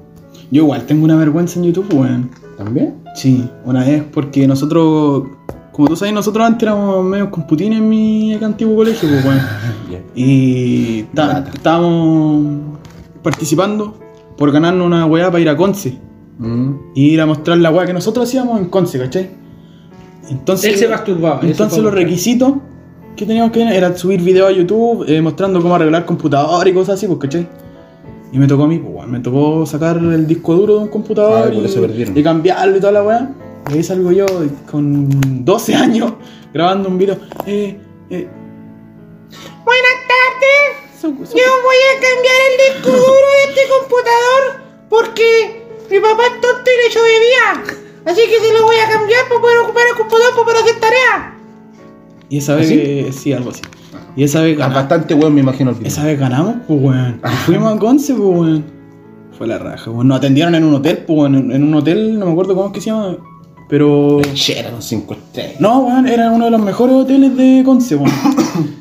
Yo igual tengo una vergüenza en YouTube, weón. ¿También? Sí, una vez, porque nosotros, como tú sabes, nosotros antes éramos medio computines en mi antiguo colegio, pues, weón. Bien. Y ta- Barata. estábamos participando por ganarnos una weá para ir a Conce. Mm. Y ir a mostrar la weá que nosotros hacíamos en Conce, ¿cachai? Entonces, Él se masturbaba, Ah, eso Entonces fue los mostrar. requisitos que teníamos que tener era subir videos a YouTube eh, mostrando cómo arreglar computador y cosas así, pues, ¿cachai? Y me tocó a mí, pues, weón, me tocó sacar el disco duro de un computador Ah, pues, y, se perdieron. y cambiarlo y toda la weá. Y ahí salgo yo con 12 (laughs) años grabando un video. Eh, eh, Buenas tardes. su- su- Yo voy a cambiar el disco duro de este computador porque mi papá es tonto y le llovía. Así que se lo voy a cambiar para poder ocupar el computador para hacer tarea. Y esa vez, eh, sí, algo así. Y esa vez Ah, ganamos. Bastante weón, me imagino al final. Esa vez ganamos, pues, weón. Y Fuimos a Conce, pues, weón. Fue la raja, weón. Nos atendieron en un hotel, pues, weón. En, en un hotel, no me acuerdo cómo es que se llama. Pero. Sheraton 5 estrellas. No, weón, era uno de los mejores hoteles de Conce, (coughs) weón.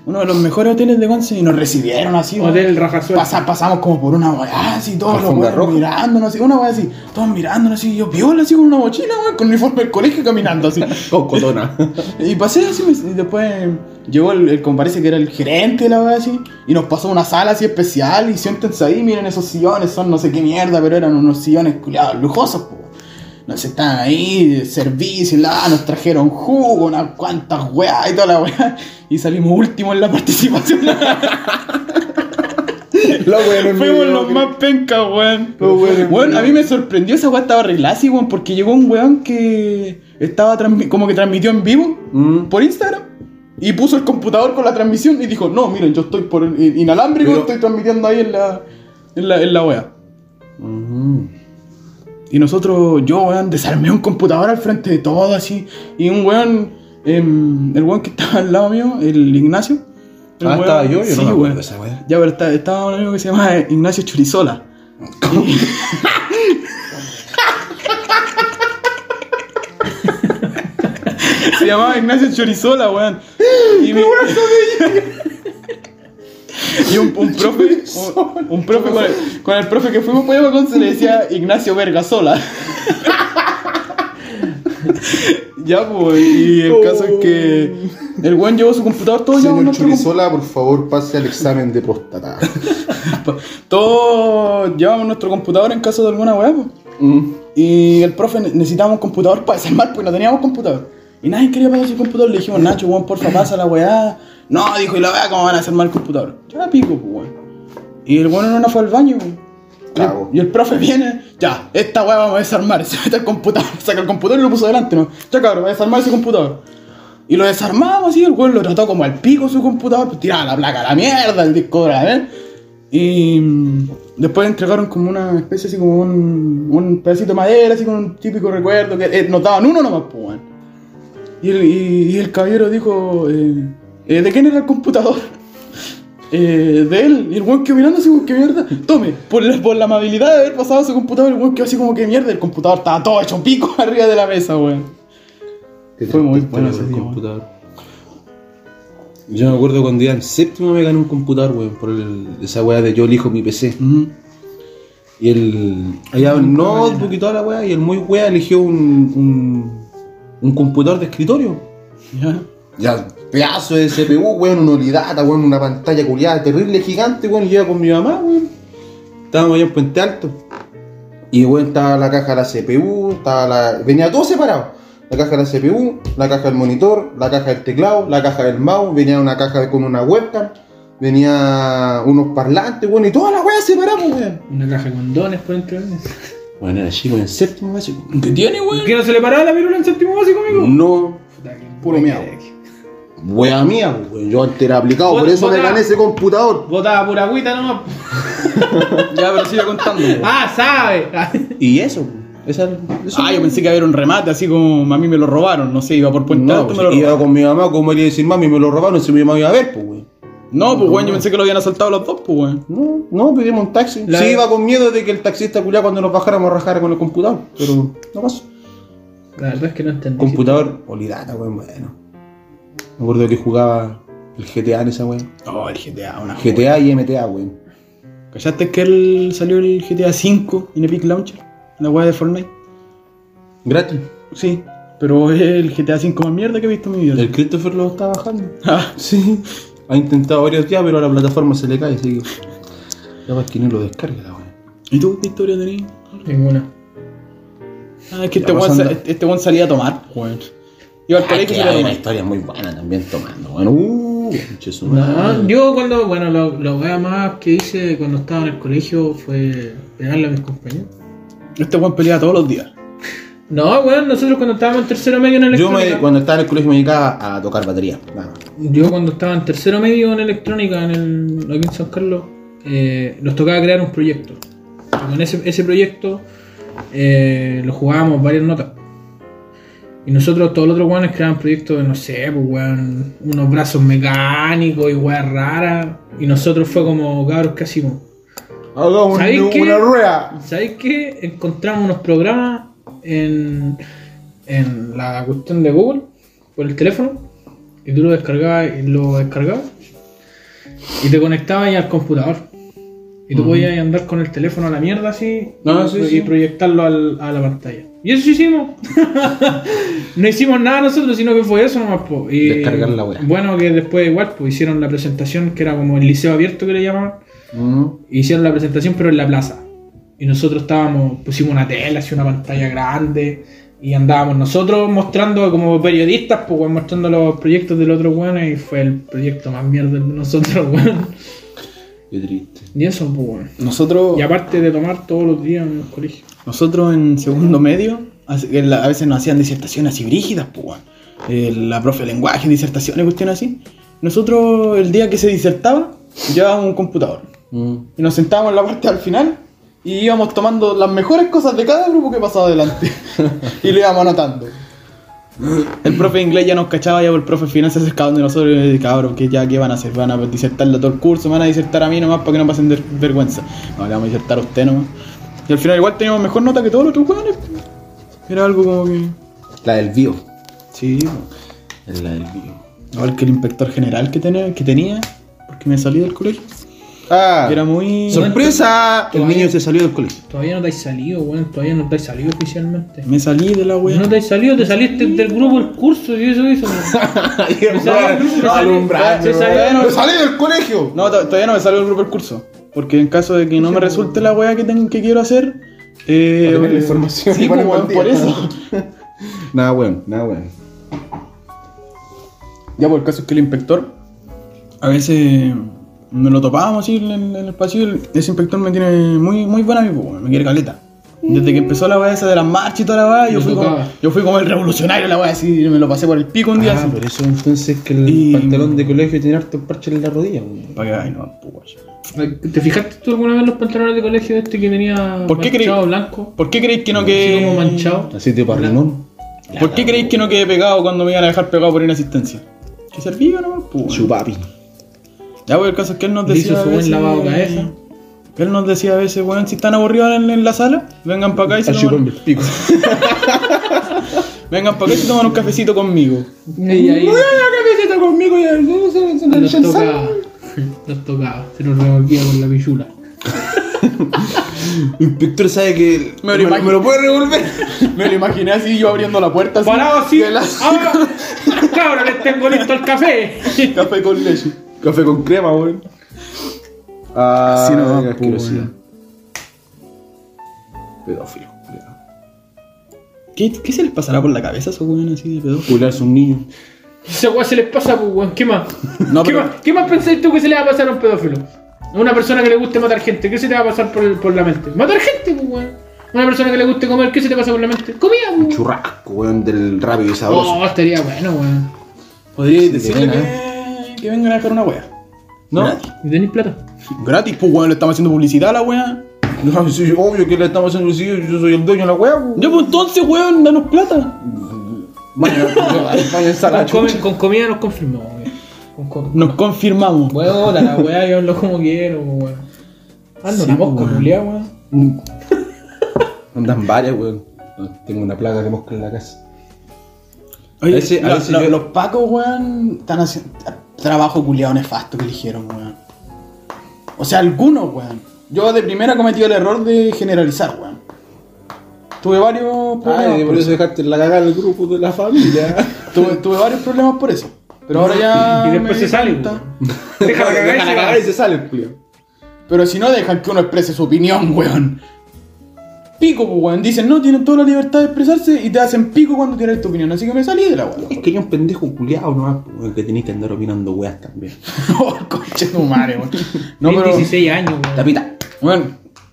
uno de los mejores hoteles de Conce. Y nos recibieron así, weón. Hotel Rajasuel. Pasa- pasamos como por una weá así, todos los Alfombra weones roja. mirándonos así, una weá así, todos mirándonos así, yo viola así con una mochila, weón, con uniforme del colegio caminando (laughs) así. (laughs) Con cotona. Y pasé así, me- y después llegó el, el como parece que era el gerente, la verdad, así, y nos pasó a una sala así especial, y siéntense ahí, miren esos sillones, son no sé qué mierda, pero eran unos sillones culiados, lujosos, po. Nos estaban ahí, servicio, la, nos trajeron jugo, unas cuantas weas y toda la wea, y salimos últimos en la (laughs) participación. Los weones Fuimos me- los más pencas, weón. Los weones Weón, a mí me sorprendió esa weá estaba arreglada así, weón, porque llegó un weón que estaba transmi- como que transmitió en vivo Mm. por Instagram y puso el computador con la transmisión y dijo, no, miren, yo estoy por in- inalámbrico, Pero- estoy transmitiendo ahí en la, en la, en la wea. Mm. Y nosotros, yo, weón, desarmé un computador al frente de todo así. Y un weón, em, el weón que estaba al lado mío, el Ignacio. el Ah, weón- estaba yo, yo no sí, me acuerdo weón. de esa weá. Ya, pero está- estaba un amigo que se llama eh, Ignacio Churizola. (laughs) Y- se llamaba Ignacio Chorizola, weón. Y mi- y un, un profe, un, un profe con el, con el profe que fuimos para con se le decía Ignacio Vergasola. (laughs) ya, pues, y el caso es que el weón llevó su computador todo llevaba Señor nuestro compu- Churizola, por favor, pase al examen de próstata. Pa- Todos llevamos nuestro computador en caso de alguna weá. po. Mm. Y el profe ne- necesitaba un computador para desarmar, pues no teníamos computador. Y nadie quería pasar su computador. Le dijimos, Nacho, weón, porfa, pasa la weá. No, dijo, y la weá, ¿cómo van a desarmar el computador? Ya la pico, pues, weón. Y el weón no, no fue al baño, weón. Y el- Cago. Y el profe viene, ya, esta weá vamos a desarmar. (laughs) Se mete al computador, saca el computador y lo puso delante, ¿no? Ya, cabrón, va a desarmar ese computador. Y lo desarmamos y el weón lo trató como al pico su computador, pues tiraba la placa a la mierda, el disco duro a ver. Y mm, después entregaron como una especie así como un, un pedacito de madera, así con un típico recuerdo que eh, nos daban uno nomás, pues weón. Y el, y- y el caballero dijo, eh, eh, ¿de quién era el computador? (laughs) Eh, de él, y el weón que mirando así como que mierda, tome, por la, por la amabilidad de haber pasado su computador, el weón quedó así como que mierda, el computador estaba todo hecho pico (laughs) arriba de la mesa, weón. Te Fue muy bueno trataste con ese el día, computador. Yo me acuerdo cuando iba en séptimo me gané un computador, weón, por el- esa weá de yo elijo mi PC. Ujú. Y el. Allá el notebook y toda la weá, y el muy weá eligió un, un, un computador de escritorio. Ya. Ya, pedazo de CPU, weón, una olidata, weón, una pantalla culiada terrible, gigante, weón, y yo iba con mi mamá, weón. Estábamos allá en Puente Alto. Y, weón, estaba la caja de la CPU, estaba la... Venía todo separado. La caja de la CPU, la caja del monitor, la caja del teclado, la caja del mouse, venía una caja con una webcam, venía unos parlantes, weón, y toda la weá separada, pues, weón. Una caja con dones por entre Bueno, era chico en séptimo básico. ¿Qué tiene, weón? ¿Que no se le paraba la virula en séptimo básico, amigo? No, Mm. Puro miau. wea mía, weón. Yo antes era aplicado, por eso me Botá. gané ese computador. Botaba pura agüita nomás. Ya, pero sigue contando. weón. ¡Ah, sabe! (laughs) Y eso, esa, eso Ah, yo pensé que había un remate, así como a mí me lo robaron, no sé, iba por Puente No, Alto, pues, me lo iba robaron. con mi mamá, como le iba a decir, mami, me lo robaron, si mi mamá iba a ver, pues, güey. No, pues weón, yo pensé que lo habían asaltado los dos, pues weón. No, no, pedimos un taxi. La- Sí, iba con miedo de que el taxista culiá cuando nos bajáramos rajara con el computador, pero no pasó. La verdad es que no entendí. Computador, olidata, weón, bueno. Me acuerdo que jugaba el GTA en esa weón. Oh, el GTA, una GTA. GTA y MTA, weón. ¿Callaste que él salió el GTA V en Epic Launcher? La weá de Fortnite. Gratis. Sí, pero es el GTA V más mierda que he visto en mi vida. El Christopher lo está bajando. Ah, Sí. Ha intentado varios días, pero a la plataforma se le cae, así que. Ya más que no lo descarga la weón. ¿Y tú qué historia tenías? Ninguna. Ah, es que Ya, este weón, pasando. Ah, sa- este weón salía a tomar, weón. Iba al Hay colegio y se la una tomaba. historia muy buena también tomando, weón. Uh, Conche su madre. No, yo cuando, bueno, lo, lo wea más que hice cuando estaba en el colegio fue pegarle a mis compañeros. Este weón pelea todos los días. No, weón, nosotros cuando estábamos en tercero medio en Yo electrónica. me, cuando estaba en el colegio me dedicaba a tocar batería. Ah, nada más. Yo cuando estaba en tercero medio en electrónica, en el, aquí en San Carlos, eh, nos tocaba crear un proyecto. Y Con ese, ese proyecto eh, lo jugábamos varias notas. Y nosotros, todos los otros weones, creaban proyectos de, no sé, pues, weón, unos brazos mecánicos y weas raras. Y nosotros fue como, cabros, ¿qué hacemos? Hagamos ¿Sabéis un- qué? una rueda. ¿Sabéis qué? Encontramos unos programas en, en la cuestión de Google por el teléfono y tú lo descargabas y lo descargabas y te conectabas ahí al computador. Y tú podías andar con el teléfono a la mierda así Ah, y, sí, y sí. proyectarlo al- a la pantalla. Y eso hicimos. (laughs) no hicimos nada nosotros, sino que fue eso nomás. po. Y, Descargar la wea. Bueno, que después igual pues, hicieron la presentación que era como el liceo abierto que le llamaban hicieron la presentación pero en la plaza. Y nosotros estábamos, pusimos una tela, así una pantalla grande, y andábamos nosotros mostrando como periodistas, pues weón, mostrando los proyectos del otro weón, y fue el proyecto más mierda de nosotros, (laughs) weón. Qué triste. Y eso, pues weón. Nosotros, Y aparte de tomar todos los días en el colegio. nosotros en segundo medio, así que la- a veces nos hacían disertaciones así brígidas, pues weón. Eh, La profe de lenguaje, disertaciones, cuestiones así. Nosotros, el día que se disertaba, llevábamos un computador. Mm. Y nos sentábamos en la parte al final y íbamos tomando las mejores cosas de cada grupo que pasaba (laughs) adelante. y lo íbamos anotando. El profe de inglés ya nos cachaba, ya por el profe de finanzas se acercaba donde nosotros y le decía, cabrón, que ya, ¿qué van a hacer? ¿Van a disertarle a todo el curso? ¿Me van a disertar a mí nomás para que no pasen de- vergüenza? No, le vamos a disertar a usted nomás. Y al final igual teníamos mejor nota que todos los otros jóvenes. Era algo como que... La del bio. Sí, Es La del bio. igual que el inspector general que tenía, que tenía porque me salí del colegio. Ah. Era muy... Sorpresa. El niño se salió del colegio. Todavía no te has salido, weón, todavía no te has salido oficialmente. Me salí de la wea. No te has salido, te saliste del grupo del curso y eso hizo. Me salió el grupo, me salió- Alumbrarme, se salió- weón. Me salí del colegio. No, to- todavía no me sale el grupo del curso. Porque en caso de que no me resulte la weá que, tengo, que quiero hacer. Eh, Para tener la información Sí, y ponerme como al día. por eso. Nada bueno, nada bueno. (laughs) ya, por el caso es que el inspector. A veces nos lo topábamos así en, en el pasillo. el- Ese inspector me tiene muy, muy buena amigo, weón, me quiere caleta. Desde que empezó la weá esa de las marchas y toda la weá, yo Le fui, como, tocaba. Ah, yo fui como el revolucionario la weá, así me lo pasé Ah, por el pico un día. así. eso entonces que el Y- pantalón de colegio tiene harto parche en la rodilla, Pa' que- ay, no, pues, weón. ¿Te fijaste tú alguna vez los pantalones de colegio este que tenía ¿Por qué creí- manchado blanco? ¿Por qué creéis que no Así que. como manchado. Así te parrimón. ¿Por qué creéis que no quedé pegado cuando me iban a dejar pegado por inasistencia? Que servía nomás, pues. weón. Chupapi. Ya, pues el caso es que él nos Le decía. hizo su a buen veces- lavado de cabeza. Él nos decía a veces, weón, si están aburridos en, en la sala, vengan para acá y se A toman, chuparme el pico. vengan para acá y se toman un cafecito conmigo. Y ahí camiseta conmigo y nos tocaba. Nos tocaba. Se nos revolvía con la pichula. Inspector sabe que Me lo imagino. puede revolver. (laughs) Me lo imaginé así, yo abriendo la puerta. Así, Parado así. de la- Ahora, cabrón, les tengo listo el café. (laughs) Café con leche. Café con crema, weón. Ah, Así nomás, qué pues, asquerosidad. weón. Pedófilo. ¿Qué, ¿Qué se les pasará por la cabeza a esos weones así de pedo? Cularse un niño. Esa weá se les pasa, pues, weón. ¿Qué más? No, ¿Qué, pero- más ¿Qué más pensáis tú que se le va a pasar a un pedófilo? A una persona que le guste matar gente, ¿qué se te va a pasar por, el- por la mente? Matar gente, pues, weón. Una persona que le guste comer, ¿qué se te pasa por la mente? Comida, pues, weón. Churrasco, weón, del rápido y sabroso. Oh, estaría bueno, weón. Podríais decirle decirle que, que vengan a dejar una wea. No. ¿eh? Gratis. ¿Y tenéis plata? Oh. Gratis, pues weón, le estamos haciendo publicidad a la wea. No, sí, obvio que le estamos haciendo el sitio, yo soy el dueño de la weá, weón. Ya, pues entonces, weón, danos plata. (laughs) Váyanse a la Con, comen- chucha. con comida nos confirmamos, weón. Con, con- Nos confirmamos. Weón, la weá, yo hablo como quiero, weón. Ando Sí, pues, una mosca, weón. culiao, weón. Andan varias, weón. Tengo una plaga de mosca en la casa. Oye, A veces- a lo- veces lo- yo- los pacos, weón, están haciendo trabajo culiado nefasto que eligieron, weón. O sea, algunos, weón. Yo de primera cometí el error de generalizar, weón. Tuve varios problemas. Ay, por por eso. eso dejaste la cagada al grupo de (laughs) la familia. Tuve, tuve varios problemas por eso. Pero ahora ya. Y después me se di sale, cuenta. weón. Ah, (laughs) Deja la cagada y se va. se sale, el culiao. (laughs) Pero si no dejan que uno exprese su opinión, weón. pico, pues, weón. Dicen, no, tienen toda la libertad de expresarse y te hacen pico cuando tienes tu opinión. Así que me salí de la weón. (laughs) Es que hay un pendejo culiado nomás, pues, weón, que tenéis que andar opinando weas también. oh, coche tu madre, weón. No, Tienes pero. 16 años, weón. Tapita. Bueno,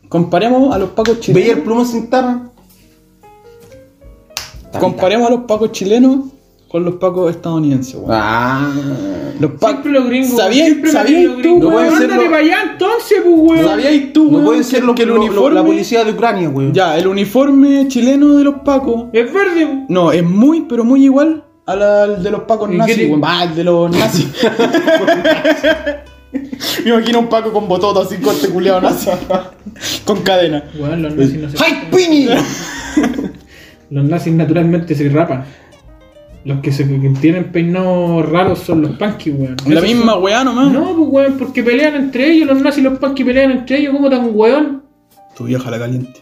comparemos a los pacos ¿Veía el chilenos. pluma sin tapa? Tapita. Comparemos a los pacos chilenos con los pacos estadounidenses, weón. Ah. Los pacos. Siempre los gringos. ¿Sabías, siempre me sabías tienen los tú, gringos. No weón? pueden ser Ándate los- para allá entonces, pues, weón. ¿Sabías tú, No weón, pueden ser los que el lo- lo- la uniforme- policía de Ucrania, weón. Ya, el uniforme chileno de los pacos Es verde, pues. No, es muy, pero muy igual a la- al de los pacos ¿Y qué nazis, te- weón. Va, el de (laughs) los nazis. Me imagino un paco con bototo así, corte (laughs) culeado nazi. con cadena. Weón, los nazis no se. ¡Ay, (laughs) Pini! Los nazis naturalmente se rapan. Los que se que tienen peinados raros son los punkies, weón. La Esos misma son- weá Ah. nomás. No, pues, weón, porque pelean entre ellos. Los nazis y los punkies pelean entre ellos. ¿Cómo tan weón? Tu vieja la caliente.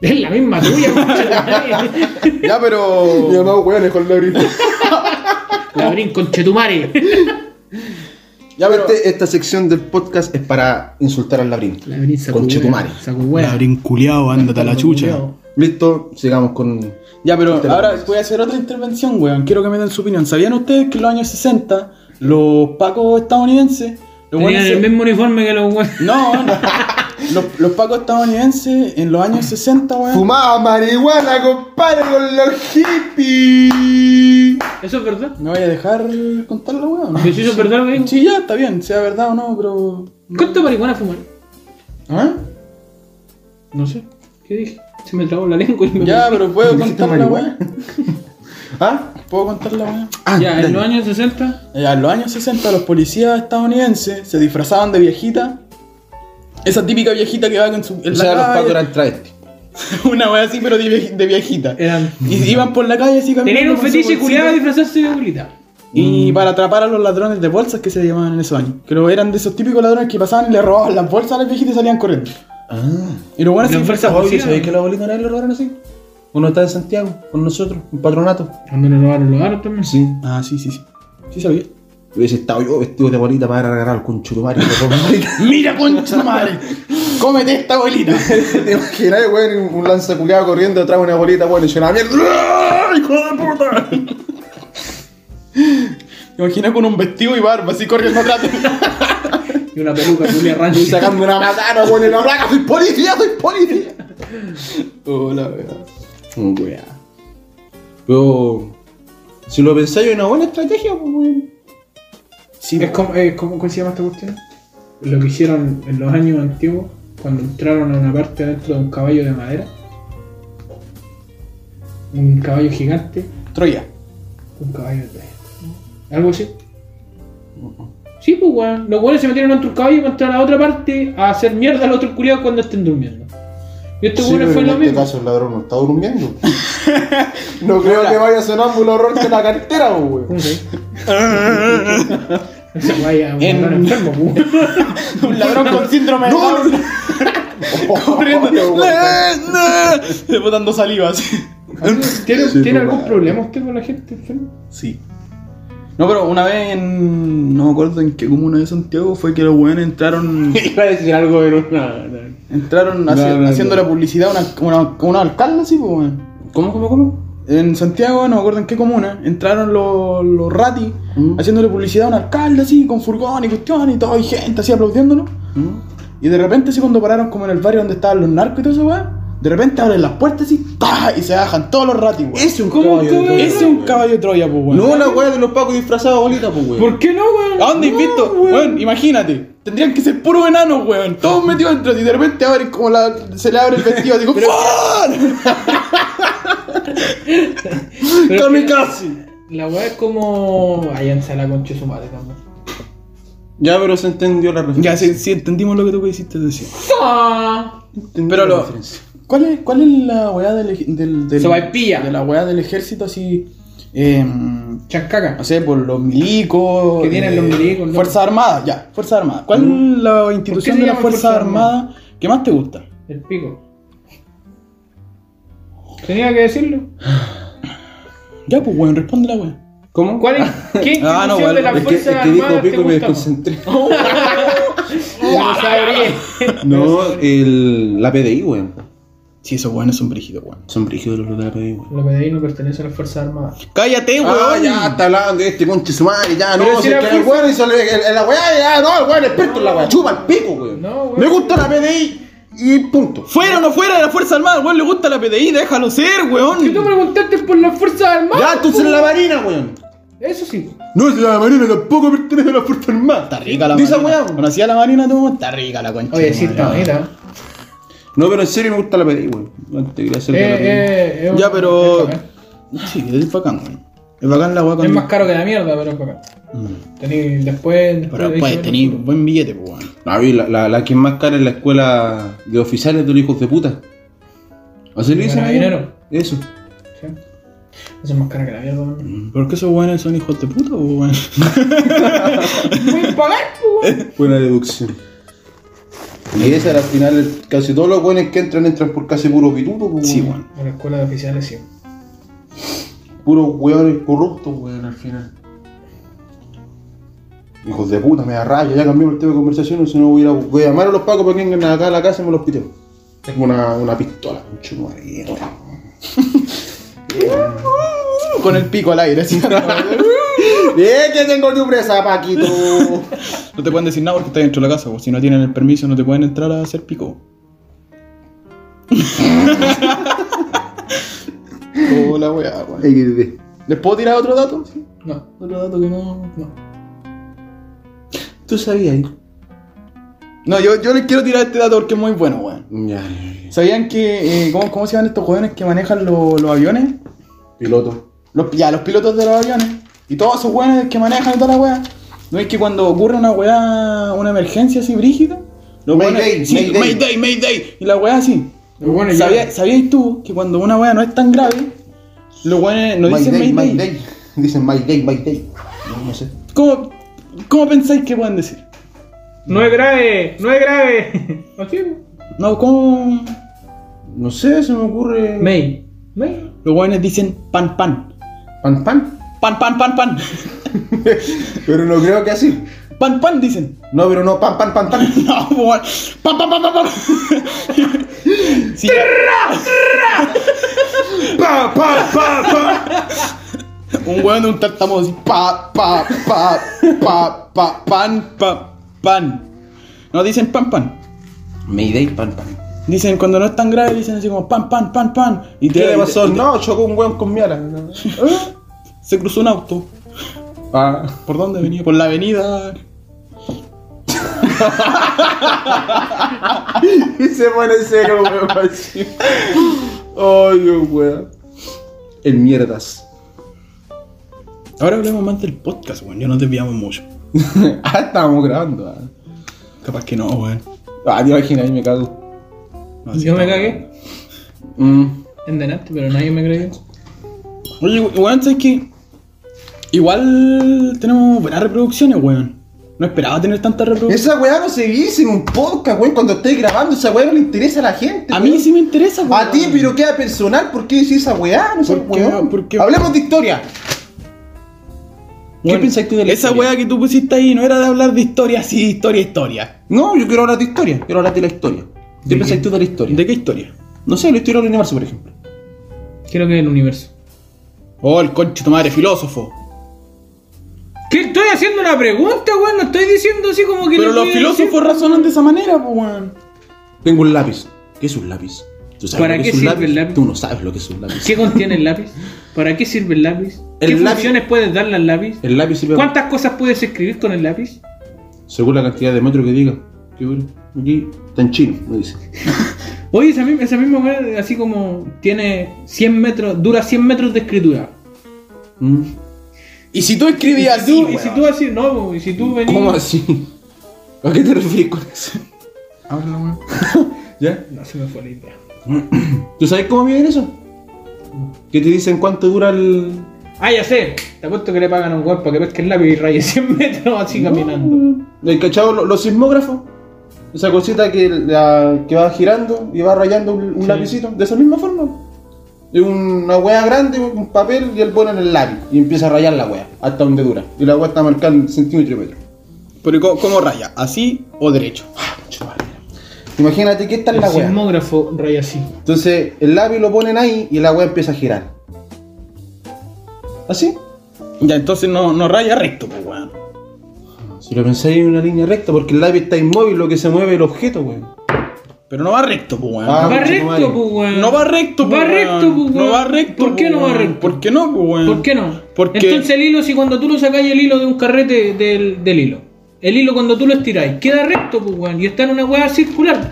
Es la misma (laughs) tuya, weón. Ya, pero. weón, es con Laurin. Cabrín, conchetumare. Ya, pero. este, esta sección del podcast es para insultar al Labrín. Cabrín, saco Conchetumare. weón, Saco weón. brinculeado, ándate a Listo, sigamos con. Ya, pero ahora voy a hacer otra intervención, weón. Quiero que me den su opinión. ¿Sabían ustedes que en los años 60 los pacos estadounidenses. Los Tenían weones el se- mismo uniforme que los weones. No, no. Los, los pacos estadounidenses en los años 60, weón. Fumaba marihuana, compadre, con los hippies. (laughs) Eso es verdad. ¿Me voy a dejar contarlo, weón? Sí, sí, eso es verdad lo que digo. Sí, ya, está bien, sea verdad o no, pero. ¿Cuánta marihuana fumaron? ¿Ah? No sé. ¿Qué dije? Se me trabó la lengua y me. Ya, pero puedo contarla, marihuana? weón. ¿Ah? Puedo contarla, weón. ah Ya, dale. en los años 60. Ya, Eh, en los años 60 los policías estadounidenses se disfrazaban de viejita. Esa típica viejita que va con su. en O la sea, los calle. pacos eran travestis. (laughs) Una wea así, pero de, vie- de viejita. Eran. Y iban por la calle así caminando. Tenían un con su fetiche bolsita. culiado de disfrazarse de abuelita. Y para atrapar a los ladrones de bolsas que se llamaban en esos años. Pero eran de esos típicos ladrones que pasaban y le robaban las bolsas a las viejitas y salían corriendo. Ah. Y lo bueno Las bolsas Oye, bolsillas. ¿sabéis que los abuelitos una vez lo robaron así? Uno está en Santiago, con nosotros, un patronato. Cuando le robaron los aros también. Sí. Ah, sí, sí, sí. Sí sabía. Hubiese estado yo vestido de abuelita para regalar con churumario. (laughs) ¡Mira, concha tu madre! ¡Cómete esta abuelita! ¿Te imaginas, weón? Un lanza culiado corriendo atrás de una abuelita, weón, y yo la mierda. ¡Hijo de puta! Te imaginas con un vestido y barba así corriendo atrás. Y una peluca culia Y rancho. sacando una patana, weón, en la placa. ¡Soy policía, soy policía! Hola, weón. Weá. Pero. Si lo pensáis, es una buena estrategia, pues, weón. Sí, Es como, eh, ¿cómo, ¿Cómo se llama esta cuestión? Lo que hicieron en los años antiguos, cuando entraron a una parte dentro de un caballo de madera. Un caballo gigante, Troya. un caballo de madera. Algo así. Sí, pues weón. Los weones se metieron dentro del caballo y entraron a la otra parte a hacer mierda al otro culiado cuando estén durmiendo. Y este weón fue lo mismo. el ladrón no está durmiendo. (laughs) no creo que vaya a sonámbulo horror de la cartera, pues, weón. (laughs) ¿Cómo se dice? (laughs) Esa weá ya, un En- ladrón enfermo, pues, weón. (laughs) Un ladrón con síndrome de Down. Oh, (laughs) corriendo. (laughs) ¡No! Le botando saliva así. ¿Tiene, ¿tiene Sí, pues, algún weón. problema usted con la gente enferma? Sí. No, pero una vez en. No me acuerdo en qué comuna de Santiago fue que los weones (laughs) entraron. Iba a decir algo, pero no, no. Entraron haci- No, no, no. haciendo la publicidad a una, una, una alcalde así, pues weón. ¿Cómo, cómo, cómo? En Santiago, no me acuerdo en qué comuna, entraron los, los ratis Mm. haciéndole publicidad a un alcalde así, con furgón y cuestiones y todo, y gente así aplaudiéndolo. Mm. Y de repente, así cuando pararon como en el barrio donde estaban los narcos y todo eso, weón, de repente abren las puertas así, ¡ta! y se bajan todos los ratis, weón. Ese es un ¿Cómo caballo. tú de ves? Ese es Troya, un weón. caballo de Troya, pues weón. No, la weá de los pacos disfrazados de abuelita, pues, weón. ¿Por qué no, weón? ¿A dónde No, invito? weón. Weón, imagínate. Tendrían que ser puros enanos, weón. Todos metidos dentro y de repente abren como la, se le abre el vestido. Digo, ¡Fuuuuuuuuuuuuuuuuuuuuuuuuuuuuuuuuuuuuuuuuuuuuuuuuuuuuuuuuuuuuuuuuuu (laughs) Pero es que Kamikaze. La weá es como. Váyanse a la concha de su madre también. Ya, pero se entendió la referencia. Ya, sí, sí, entendimos lo que tú quisiste decir. Entendió Pero la lo- referencia. ¿Cuál es, cuál es la weá del, ej- del, del- Se va y pilla. De la weá del ejército así. Eh, Chancaca. no sé, por los milicos. Que tienen los milicos, ¿no? Fuerzas Armadas, ya, Fuerzas Armadas. ¿Cuál es la institución se de las llaman Fuerzas Fuerzas Armadas? Armadas que más te gusta? El pico. Tenía que decirlo. Ya, pues weón, responde la weá. ¿Cómo? ¿Cuál es? ¿Qué institución Ah, no, bueno, de las Es que, es fuerzas que dijo armadas te pico y me gusta? (laughs) desconcentré. Oh, Ah. No lo sabe bien. (laughs) No, el, la PDI, weón. Sí, esos weones son brígidos, weón. Son brígidos los de la PDI, weón. La PDI no pertenece a las Fuerzas Armadas. ¡Cállate, weón! Ah, ya está hablando de este conche su madre, ya Pero no, si si es era que el full- weón hizo el- el- el- la weá, ya no, el weón experto en la weá, chupa el pico, weón. No, weón. Me gusta la PDI y punto. Fuera o no fuera de la Fuerza Armada, weón, le gusta la PDI, déjalo ser, Si tú weón. preguntaste por las Fuerzas Armadas. Ya, entonces la marina, weón. pues, Eso sí. No, si la marina tampoco pertenece a la Fuerza Armada. Está rica la Dice, marina. weón. ¿Conocías la marina tú? Está rica la concha. Oye, de sí, madre. está bonita. No, pero en serio me gusta la PDI, weón. No te quería hacer de la PDI. Eh, eh, es Ya, un- pero. es bacán. Sí, es bacán, weón. Es bacán la weá Es cuando. más caro que la mierda, pero es bacán. Mm. Tení después. después Pero pues, de ahí se puedes ve tener todo. un buen billete, pues, weón. A ver, la, la, la que es más cara es la escuela de oficiales de los hijos de puta. ¿Así le dicen? allá? Carabinero. Eso. Sí. Eso es más caro que la mierda. weón. ¿Por qué esos weones son hijos de puta, pues, weón? ¿Puedes pagar, pues, weón? Buena deducción. Y esa era al final, casi todos los buenos que entran, entran por casi puro pituto, pues, Sí, weón. weón. En la escuela de oficiales, sí. Puros hueones corruptos, weón, al final. Hijos de puta, me da rabia, ya cambiamos el tema de conversación, o si no voy a, ir a- voy a llamar a los pacos para que vengan acá a la casa y me los piteo. Tengo una, una pistola, un chulo de mierda. (laughs) Con el pico al aire, así. (laughs) Bien que tengo tu presa, Paquito. (laughs) No te pueden decir nada porque estás dentro de la casa, weón. Si no tienen el permiso, no te pueden entrar a hacer (laughs) pico. (laughs) Hola, weá, weón. XD. ¿Les puedo tirar otro dato? Sí. No, Otro dato que no. no. ¿Tú sabías? No, yo, yo les quiero tirar este dato porque es muy bueno, weón. Ya, ya, ¿Sabían que. eh, ¿cómo, cómo se llaman estos jóvenes que manejan lo- los aviones? ya. Piloto. Los, ya, los pilotos de los aviones y todos esos weones que manejan y toda la weá. ¿No es que cuando ocurre una weá, una emergencia así brígida? Los Mayday, weones- sí, Mayday. Mayday, Mayday. Y la weá así. Pero bueno, ya. ¿Sabía- ¿Sabíais tú que cuando una weá no es tan grave, los weones no My dicen day, Mayday? my day. Dicen my day, my day. No, no sé. ¿Cómo, ¿Cómo pensáis que pueden decir? No es grave, no es grave. (laughs) Así, weón. No, ¿cómo? No sé, se me ocurre. May. May. Los weones dicen pan, pan. Pan pan. (laughs) Pan, pan, pan, pan. pero no creo que así. Pan, pan, dicen. (laughs) No, pero no, pan pan pan pan. No, weón. Pan, pan, pan, pan, (laughs) pan. Sí. (laughs) pa pa pa pa. Un hueón de un tartamudo así, pa, pa, pa, pa, pa, pan, pa, pan. No, dicen pan, pan. My day, pan pan. Dicen cuando no es tan grave, dicen así como pan, pan, pan, pan. Y ¿Qué te- le pasó? y te- No, chocó un weón con miara. ¿Eh? (laughs) Se cruzó un auto. Pa. ¿Por dónde venía? Por la avenida. Y se pone seco, weón. así. Ay, Dios, weón. En mierdas. (laughs) Ahora hablemos más del podcast, weón. Ya nos desviamos mucho. ah, estábamos grabando. Ah, Capaz que no, weón. ah te imaginas, ahí me cago. No, sí Yo me está, cagué Mm. en delante, pero nadie me creyó. weón. Oye, weón, ¿sabes qué? Igual tenemos buenas reproducciones, weón. No esperaba tener tantas reproducciones. Esa weá no se dice en un podcast, weón. Cuando estés grabando, esa weá no le interesa a la gente. A weón. mí sí me interesa, weón. A ti, pero queda personal. ¿Por qué decís esa weá? No sé, ¿Por qué? weón. ¿Por qué? Hablemos de historia. ¿Qué Bueno, pensáis tú de la Esa historia? weá que tú pusiste ahí no era de hablar de historia, sí, historia, historia. No, yo quiero hablar de historia. Quiero hablar de la historia. ¿Qué pensáis tú de la historia? ¿De qué historia? No sé, la historia del universo, por ejemplo. Quiero que el universo. Oh, el conche de tu madre, filósofo. ¿Qué? Estoy haciendo una pregunta, weón. No estoy diciendo así como que. Pero no los quiero decir. filósofos razonan de esa manera, pues weón. Tengo un lápiz. ¿Qué es un lápiz? ¿Tú sabes ¿Para lo que qué es un sirve lápiz? el lápiz? Tú no sabes lo que es (laughs) un lápiz. ¿Qué contiene el lápiz? ¿Para qué sirve el lápiz? ¿Qué El lápiz- funciones puedes darle al lápiz? El lápiz sirve ¿Cuántas cosas puedes escribir con el lápiz? según la cantidad de metros que diga. Qué bueno. Aquí está en chino, me dice. Oye, esa misma, esa misma weá, así como tiene 100 metros, dura 100 metros de escritura. Mm. Y si tú Y escribías si tú, así, y si tú así, no, y si tú venís. (laughs) ¿Cómo así? ¿A qué te refieres con eso? Habla, weón. (laughs) ¿Ya? No se me fue la idea. ¿Tú sabes cómo miden eso? ¿Qué te dicen cuánto dura el. Ah, ya sé. Te apuesto que le pagan a un weón para que pesque el lápiz y raye 100 (laughs) metros así caminando. Mm. ¿El cachado? lo- Los sismógrafos. Esa cosita que, la- que va girando y va rayando un, un lapicito. De esa misma forma. Es una wea grande, un papel y él pone en el lápiz. Y empieza a rayar la wea hasta donde dura. Y la wea está marcada en centímetro y metro. Pero ¿cómo, cómo raya? ¿Así o derecho? Ah, chaval, mira. Imagínate que esta es El la weá. sismógrafo raya así. Entonces el lápiz lo ponen ahí y la weá empieza a girar. ¿Así? Ya, entonces no, no raya recto, pues, weón. Si lo pensáis en una línea recta, porque el lápiz está inmóvil, lo que se mueve es el objeto, weón. Pero no va recto, pues, weón. Ah, va conchetumare. recto, pues, weón. No va recto, pues, Va weón. recto, pues, No weón. va recto, ¿Por qué pues, no va weón. recto? ¿Por qué no, pues, weón? ¿Por qué no? Porque... Entonces el hilo, si cuando tú lo sacáis el hilo de un carrete del, del hilo, el hilo cuando tú lo estiráis, queda recto, pues, weón, y está en una weá circular.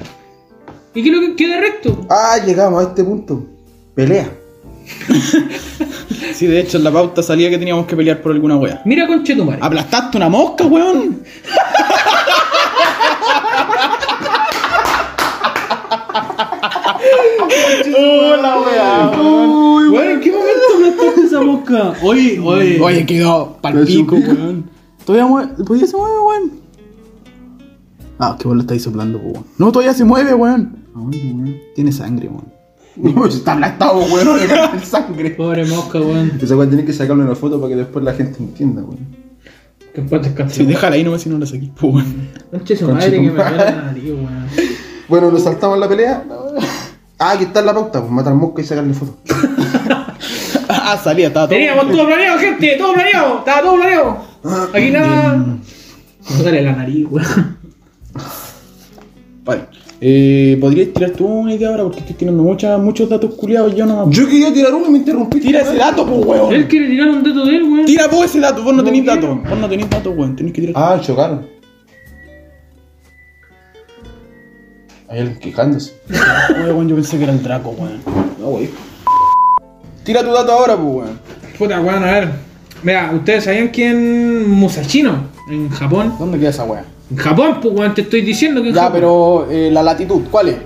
¿Y qué es lo que queda recto? Ah, llegamos a este punto. (laughs) Pelea. Sí, de hecho, en la pauta salía que teníamos que pelear por alguna wea. Mira, conchetumare. Ah. ¿Aplastaste una mosca, weón? ¡Hola, weá! Weón, ¿en qué momento aplastaste esa mosca? Oye, oye. Oye, quedó pal pico, weón. Todavía mueve. ¿Todavía se mueve, weón? Ah, que vos lo estáis soplando, po, weón. No, todavía se mueve, weón. Ah, bueno, weón. Tiene sangre, weón. No, está aplastado, weón, (laughs) no le cae el sangre. Pobre mosca, weón. Esa weá tenés que sacarle una foto para que después la gente entienda, weón. Que en paz descanse. Sí, déjala ahí nomás si no la saquís, po, weón. (laughs) Conche su madre que me Conchetumare. duele la nariz, weón. Bueno, nos saltamos la pelea. Ah, aquí está la pauta, pues matar mosca y sacarle foto. ah, salía, estaba todo. Teníamos todo planeado, gente, todo planeado, estaba todo planeado. Aquí nada. No sale la nariz, weón. Vale. Eh, ¿Podrías tirar tú una idea ahora? Porque estoy tirando mucha- muchos datos culiados y yo no me. Yo quería tirar uno y me interrumpí. Tira ese dato, po, weón. Él quiere tirar un dato de él, weón. Tira vos ese dato, vos no, No tenés quiero. datos. Vos no tenés datos, weón. Tenés que tirar. Ah, chocaron. Hay alguien quejándose. Oye, Ah, weón, yo pensé que era el Draco, weón. No, weón. Tira tu dato ahora, pues, weón. Puta, weón, a ver. Mira, ustedes sabían quién Musashino en Japón. ¿Dónde queda esa weá? En Japón, pues, weón, te estoy diciendo que en Ya, Japón. pero eh, la latitud, ¿cuál es?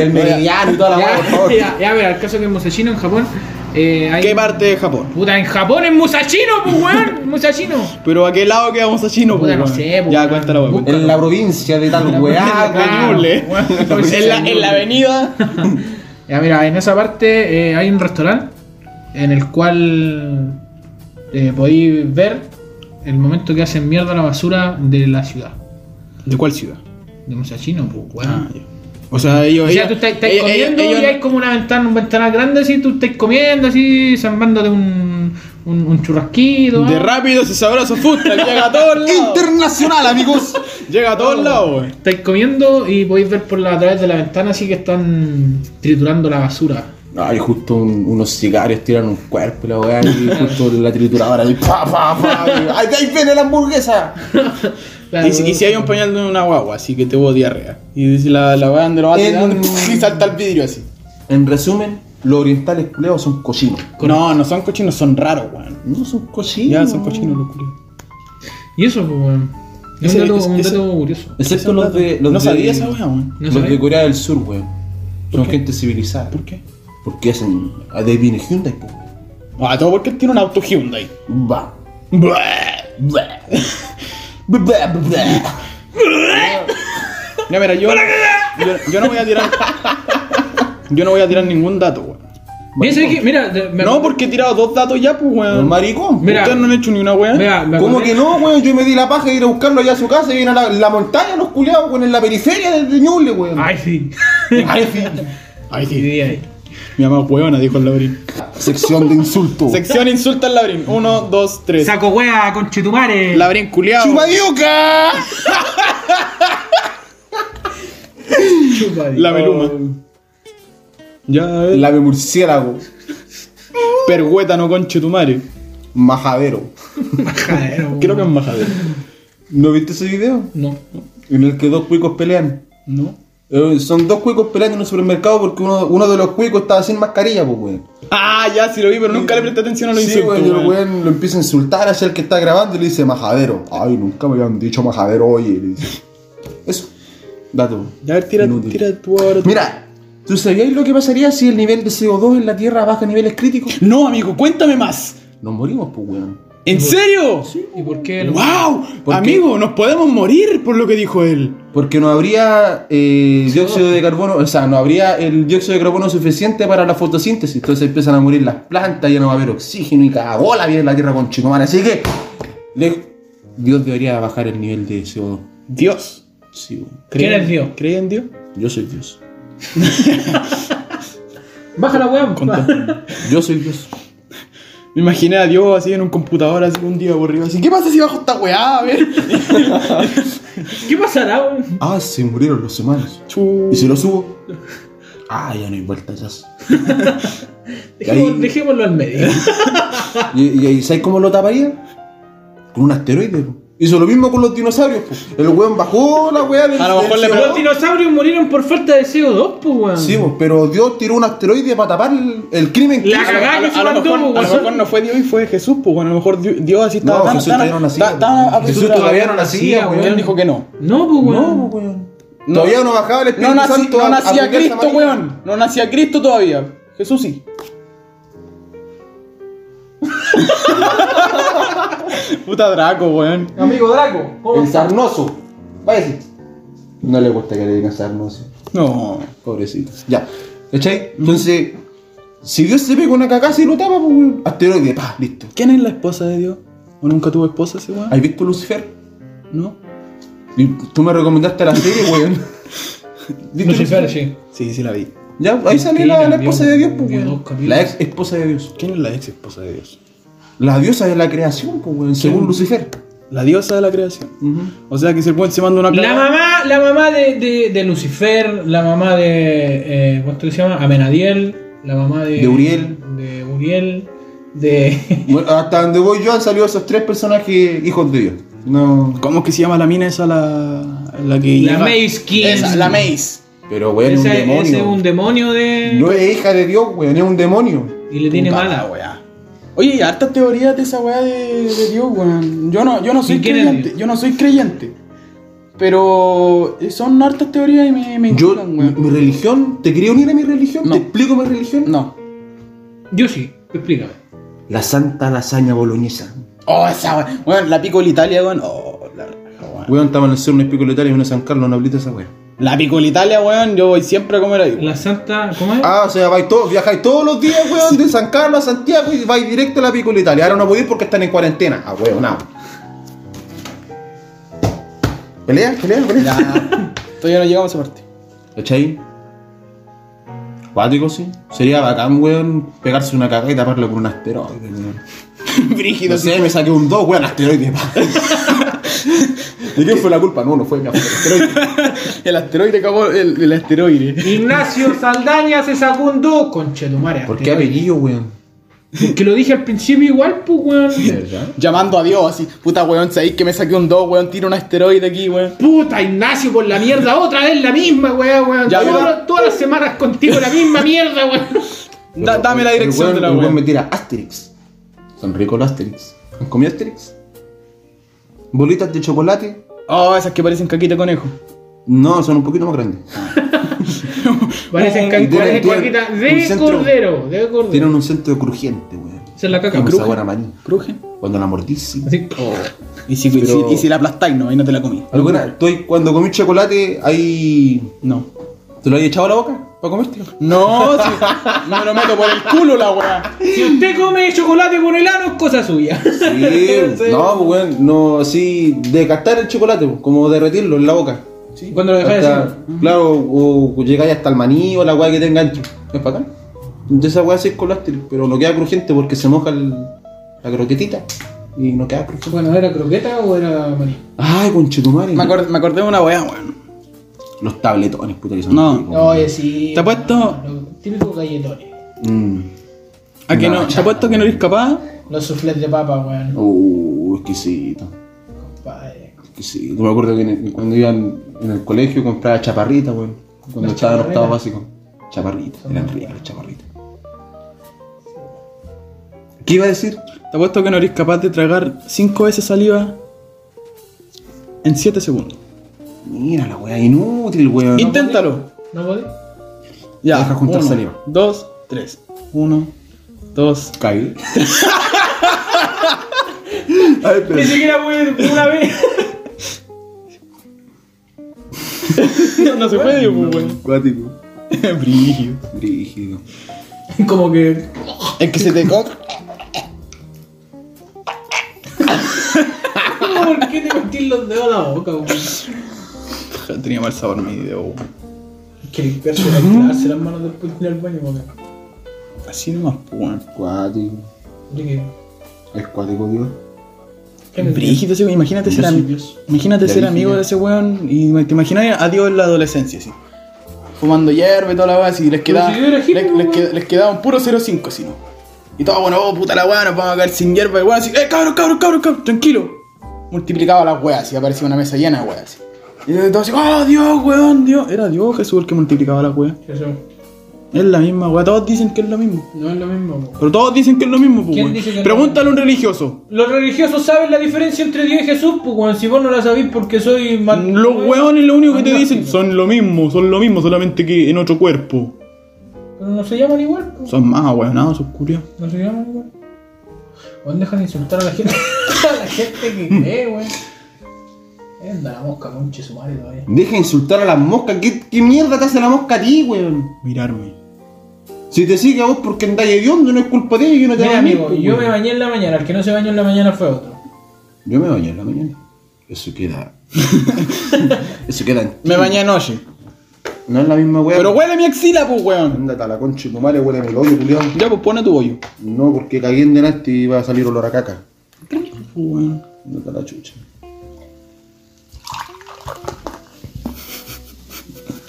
El meridiano y toda la weá, por favor. Ya, (laughs) ya, ya, mira, el caso que en Musashino en Japón. Eh, hay... ¿Qué parte de Japón? Puta, en Japón es Musashino, pues, weón. Musashino. Pero a qué lado quedamos a Chino, pues, Puta, no weón? sé, pues, Ya, weón. cuéntala, weón. Busca. En la provincia de tal weá, (laughs) Claro. weón. Ñuble. weón. eh. en, la, en la avenida. Ya, mira, en esa parte eh, hay un restaurante en el cual eh, podéis ver el momento que hacen mierda la basura de la ciudad. ¿De cuál ciudad? De Musashino, pues, weón. Ah, ya. O sea, ellos. O sea, ellos- tú estás, estás ellos- comiendo ellos- y hay como una ventana, un ventanal grande así, tú estás comiendo así, zambándote un, un, un churrasquito. De ¿no? rápido se sabroso futsal, llega a (laughs) todos lados. Internacional, amigos. Llega a todos lados, weón. Estáis comiendo y podéis ver por la, a través de la ventana así que están triturando la basura. Ay, justo un- unos cigarros tiran un cuerpo y la weá, y justo la trituradora y pa, pa, pa. y, ¡Ay, ahí viene la hamburguesa! Claro, Y si, y si hay un pañal de una guagua, así que te hubo diarrea. Y si la, la weá donde lo va En- tirando y salta el vidrio así. En resumen, los orientales culeados son cochinos. No, no son cochinos, son raros, weón. No son cochinos. Ya son cochinos los culios. Y eso, pues, weón. Es un Ese- dato, ese- un ese- dato curioso. Excepto los de. Los no de- sabía esa weá, weón. No los sabía. de Corea del Sur, weón. Son gente civilizada. ¿Por qué? Porque hacen. A de viene Hyundai, po. Ah, todo porque él tiene un auto Hyundai. Va. Buah. Bla. Bla, bla. Ya, mira, yo, yo. yo no voy a tirar. Yo no voy a tirar ningún dato, weón. Mira, ¿sabes qué? Mira, de- me- No, porque he tirado dos datos ya, pues, Los weón. maricón. Mira. Ustedes no han hecho ni una weá. mira, me ¿Cómo acordé- que no, weón? Yo me di la paja de ir a buscarlo allá a su casa y viene a la, la montaña los culeados, weón, en la periferia del de Ñuble, weón. Ay, sí. Ay, sí. Ay, Sí, sí. sí, ahí. Mi mamá es huevona, dijo el labrín. Sección de insultos. Sección insulta al labrín. Uno, dos, tres. Saco wea, conchetumare. Labrín culiao. ¡Chumayuca! chupa. digo. La meluma. Ya, a ver. Lave murciélago. Perguétano, conche tu madre. Majadero. (laughs) Majadero, Creo que es weón. majadero. ¿No viste ese video? No. En el que dos cuicos pelean. ¿No? Eh, son dos cuicos peleando en un supermercado porque uno, uno de los cuicos estaba sin mascarilla, pues, weón. Ah, ya, sí lo vi, pero nunca le presté atención a los Sí, insultos. weón, y el weón. weón lo empieza a insultar hacia el que está grabando y le dice majadero. Ay, nunca me habían dicho majadero, oye. le dice. Eso. Dato. Ya, a ver, tira, Inútil. tira tu ahora. Mira, ¿tú sabías lo que pasaría si el nivel de CO2 en la Tierra baja a niveles críticos? No, amigo, cuéntame más. Nos morimos, pues, weón. ¿En serio? ¿Y por qué? lo- ¡Wow! ¿Por qué? Amigo, nos podemos morir por lo que dijo él. Porque no habría eh, dióxido de carbono, o sea, no habría el dióxido de carbono suficiente para la fotosíntesis. Entonces empiezan a morir las plantas, ya no va a haber oxígeno y cagabola viene la Tierra con chinomar. Así que, le- Dios debería bajar el nivel de CO2. Dios. Sí, weón. ¿Quién es Dios? ¿Creí en Dios? Yo soy Dios. Baja la weón. Contá. Yo soy Dios. Me imaginé a Dios así en un computador, así un día aburrido, así. ¿Qué pasa si bajo esta weá? A ver. (laughs) ¿Qué pasará, weón? Ah, se murieron los humanos. Chu. ¿Y si lo subo? Ah, ya no hay vuelta atrás. Dejémoslo, Ahí- dejémoslo al (laughs) medio. ¿Y, y, ahí, sabes cómo lo taparía? Con un asteroide. po. Hizo lo mismo con los dinosaurios. po. El weón bajó la weá del. A lo mejor del le CO2. Los dinosaurios murieron por falta de CO2, pues, weón. Sí, po, pero Dios tiró un asteroide para tapar el, el crimen. que La hizo. cagá que se A lo, mandó, mejor, a lo weón. mejor no fue Dios y fue Jesús, pues bueno, a lo mejor Dios, Dios así estaba No, tan, Jesús tan- todavía no nacía, tan- tan weón. Jesús apresurado. todavía no nacía, Él weón. dijo que no. No, pues, weón. No, po, weón. Todavía no bajaba el Espíritu No, nací- Santo. no a- a nacía aplicarse Cristo, amarillo. weón. No nacía Cristo todavía. Jesús (laughs) sí. Puta Draco, weón. Amigo Draco, ¿cómo El estás? sarnoso. Váyase. No le gusta que le digan sarnoso. No. Pobrecito. Ya. ¿Cachai? Entonces, si Dios se pega una cagada y lo tapa, pues, weón. Asteroide, pa, listo. ¿Quién es la esposa de Dios? ¿O nunca tuvo esposa ese weón? ¿Has visto Lucifer? No. Y tú me recomendaste la serie, weón. (laughs) ¿Viste Lucifer, sí. Sí, sí la vi. Ya, ahí sale la, la esposa de Dios, pues, Vio dos weón. capítulos. La ex esposa de Dios. ¿Quién es la ex esposa de Dios? La diosa de la creación, pues, weón, según Lucifer. La diosa de la creación. O sea que si el weón se manda una La mamá, la mamá de, de, de Lucifer, la mamá de. Eh, ¿Cuánto se llama? Amenadiel, la mamá de. De Uriel. De Uriel. De. Bueno, hasta donde voy yo han salido esos tres personajes hijos de Dios. No. ¿Cómo es que se llama la mina esa la, la que La llega? Maze King. Esa, la Maze. Pero, weón, es un Esa- demonio. ese es un demonio de. No es hija de Dios, weón, es un demonio. y le tiene Puta mala, la weón. weá. Oye, y hartas teorías de esa weá de, de Dios, weón. Yo no, yo no soy ¿Y quién es creyente. Dios? Yo no soy creyente. Pero eh, son hartas teorías y me, me Yo, intrigan, mi, weón. mi religión, ¿te quería unir a mi religión? No. ¿Te explico mi religión? No. Yo sí, explícame. La santa lasaña boloñesa. Oh, esa weá. Weón, la pico Italia, weón. Oh, la raja, weón. Weón, estaba en el sur, una espicoletaria y una San Carlos, una blita esa weón. La pico Italia, weón. Yo voy siempre a comer ahí. weón. La santa. ¿Cómo es? Ah, o sea, vais todos, viajáis todos los días, weón, de San Carlos a Santiago y vais directo a la Piccola Italia. Ahora no podéis porque están en cuarentena. Ah, weón, nada. Pelea, pelea, pelea. Ya. Todavía no llegamos a esa parte. ¿Cachai? Cuático, sí. Sería bacán, weón, pegarse una cagada y taparlo con un asteroide, weón. (laughs) Brígido, No sí. sé, me saqué un 2, weón, (laughs) asteroide. pa. ¿De quién fue la culpa? No, no fue mi asteroide. El asteroide cagó el, el asteroide. Ignacio Saldaña se sacó un 2, conchetumare. ¿Por qué apellido, weón? Porque lo dije al principio igual, pues, ¿De weón. verdad? Llamando a Dios así. Puta, weón, sabéis que me saqué un 2, weón. Tira un asteroide aquí, weón. Puta, Ignacio, por la mierda, otra vez la misma, weón, weón. Ya, Todas- pero- Todas las semanas contigo la misma mierda, weón. Da- Pero, dame la el dirección weón- de la el weón. me tira Asterix. Son ricos los Asterix. ¿Han comido Asterix? Bolitas de chocolate. Oh, esas que parecen caquita de conejo. No, son un poquito más grandes. Parecen ca- parecen Tienen- tienen caquita un de centro- cordero, de cordero. Tienen un centro crujiente, weón. Esa es la caca. Como cruja. sabor a maní. ¿Crujen? Cuando la mordís. sí. Así. ¿Y si, y si- y si la aplastáis, no, ahí no te la comí. ¿Alguna? Estoy, cuando comí chocolate, ahí. No. ¿Te lo habías echado a la boca? ¿Para comértelo? No, si, me lo meto por el culo la weá. Si usted come chocolate con helado, es cosa suya. Sí. no, pues, weón. No, así. Decatar el chocolate, pues, como derretirlo en la boca. Y Cuando lo dejáis Hasta- así. Claro, o o llegáis hasta el maní o la weá que te enganche. Es bacán. Entonces esa weá sí es coláster, pero no queda crujiente porque se moja el- la croquetita y no queda crujiente. Bueno, ¿era croqueta o era maní? Ay, conchetumare. Me, acor- me acordé de una weá, weón. Los tabletones, puta que son. No. ricos. Oye, sí. Te apuesto Típicos galletones. Mm. a que No, no, te apuesto que no eres capaz. Los soufflés de papa, weón. Uh, exquisito. Compadre. Exquisito. Me acuerdo que en el- cuando iba en en el colegio compraba chaparrita, weón. Cuando Las estaba en octavo chaparritas. básico. Chaparrita. Eran ricas las chaparritas. ¿Qué iba a decir? Te apuesto que no eres capaz de tragar 5 veces saliva en 7 segundos. Mira la weá, inútil, weón. Inténtalo. ¿No podés? Ya. Deja juntar uno, saliva. Dos, tres. Uno, (laughs) dos. (laughs) Caí. Ay, pero- Ni siquiera pude de una vez. (laughs) No, no se puede, pues, weón. Cuático. Brígido. Rígido. Como que. Es que se te (laughs) co- ¿Por qué te metís los dedos a la boca, weón? tenía mal sabor mi dedo, weón. Que limpiarse la- lavarse las manos después de ir al baño, weón. Así nomás, pues, weón. Cuático. Yo que- Es cuático, Dios. Brígido ese weón, imagínate ser, Dios, ami- Dios. imagínínate La ser amigo virgen. de ese weón y te imaginas a Dios en la adolescencia, así. Fumando hierba y toda la weá, así, les quedaba, si yo era les, hippie, les weón. qued- les quedaba un puro 0.5, así, ¿no? Y todo, bueno, oh, puta la weá, nos vamos a caer sin hierba, y weón, así, eh, cabrón, cabrón, cabrón, cabrón, tranquilo. Multiplicaba las weas, así, aparecía una mesa llena de weas, así. Y todo así, oh, Dios, weón, Dios. Era Dios Jesús el que multiplicaba las weas. Eso. Es la misma wea, todos dicen que es lo mismo. No es lo mismo, weón. Pero todos dicen que es lo mismo, pues, ¿Quién weón. dice que es lo Pregúntale a un religioso. Los religiosos saben la diferencia entre Dios y Jesús, pues, weón. Si vos no la sabís porque soy... mat- Los hueones lo único que te dicen Agnóstico. son lo mismo, son lo mismo, solamente que en otro cuerpo. Pero no se llaman igual, pues. Son más hueonados, sus curiosos. No se llaman igual. Weón, deja de insultar a la gente. (laughs) a la gente que cree, weón. Anda la mosca, conche su madre todavía. Deja de insultar a las moscas. ¿Qué, qué mierda te hace la mosca a ti, weón? Mirarme. Si te sigue a vos porque andáis hediondo, no es culpa de ellos, yo no te Mira, bañé, amigo, pues, yo weón. me bañé en la mañana. El que no se bañó en la mañana fue otro. Yo me bañé en la mañana. Eso queda. (laughs) Eso queda. en- Me bañé anoche. No es la misma weón. Pero huele mi axila, pues, hueón. Ándate a la concha y tu madre, huele el hoyo, culiao. Ya, pues pone tu bollo. No, porque cagué en delante y va a salir olor a caca. Pues, hueón. Ándate a la chucha. (laughs)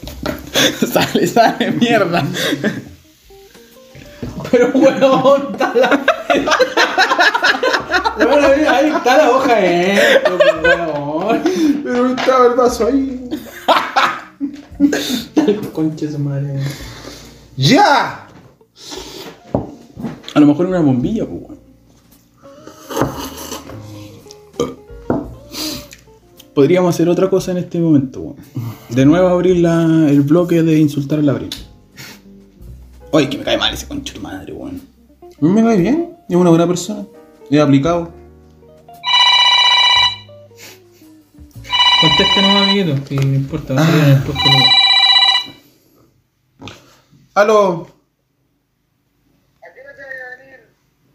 sale, sale, mierda. Pero weón, está la. (laughs) Weón, ahí- ahí está la hoja eh. de esto, weón. Pero estaba el vaso ahí. Conche su madre. ¡Ya! A lo mejor una bombilla, pues, hueón. Podríamos hacer otra cosa en este momento, hueón. De nuevo abrir la- el bloque de insultar al abril. Oye, que me cae mal ese concho de madre, hueón. A mí me cae bien. Es una buena persona. Es aplicado. Conteste nomás, amiguito, que no importa, va a salir en el puesto luego. ¡Aló!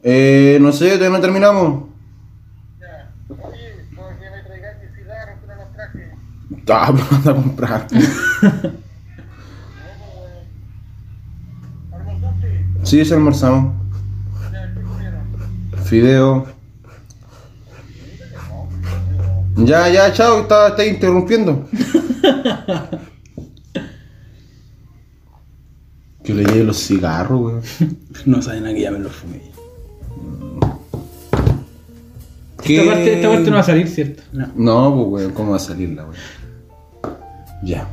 Eh, no sé, todavía no terminamos. (laughs) Ah, pero anda a comprar. Sí, se almorzamos. Fideo. Ya, ya, chao, está, está interrumpiendo. Que le lleve los cigarros, weón. No saben a qué llamen los fumé. Esta parte, esta parte no va a salir, ¿cierto? No, pues, weón, ¿cómo va a salir la weón? Ya.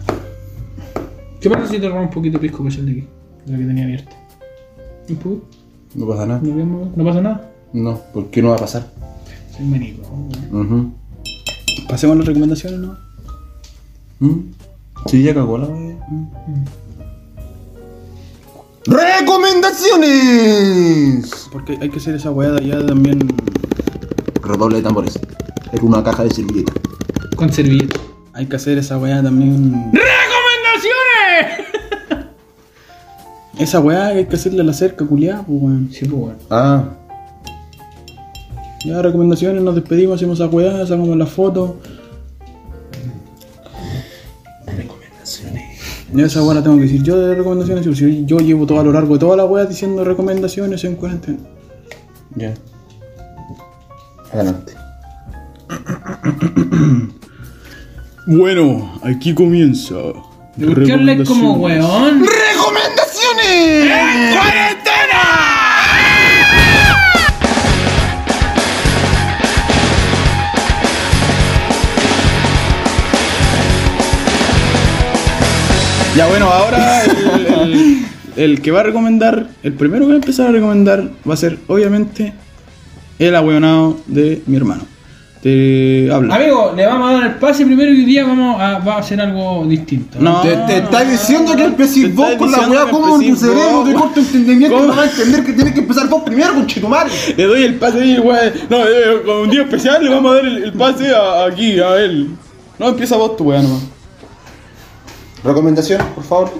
¿Qué pasa si te robo un poquito de pisco para echarle aquí? De la que tenía abierta. Un poco, No pasa nada. ¿No vemos? ¿No pasa nada? No, ¿por qué no va a pasar? Soy manico, weón. Ujú. Pasemos a las recomendaciones, ¿no? Mm. Sí, ya cagó la weón. Mm. ¡Recomendaciones! Porque hay que hacer esa weá de allá también. Redoble de tambores. Es una caja de servilleta. Con servilleta. Hay que hacer esa weá también. ¡Recomendaciones! Esa weá hay que hacerle a la cerca, culiá, pues weón. Sí, pues, weón. Ah, Ya, recomendaciones, nos despedimos, hacemos esa weá, sacamos la foto. Recomendaciones. Ya esa weá la tengo que decir yo de recomendaciones, porque si yo llevo todo a lo largo de toda la weá diciendo recomendaciones en cuarentena. ya. Adelante. Bueno, aquí comienza. ¿Qué hablas como weón? Ya bueno, ahora el, el- el que va a recomendar, el primero que va a empezar a recomendar va a ser obviamente el ahueonado de mi hermano. Te habla. Amigo, le vamos a dar el pase primero y hoy día vamos a, va a hacer algo distinto. No, Te, te estás diciendo que Te empecéis estás vos con la diciendo weá, que como en tu empecéis vos, cerebro de weón. corto entendimiento ¿Cómo? no vas a entender que tienes que empezar vos primero con Chetumare. le doy el pase ahí, weón. No, eh, con un día especial le vamos a dar el, el pase a- aquí, a él. No, empieza vos tu weón nomás. Recomendación, por favor.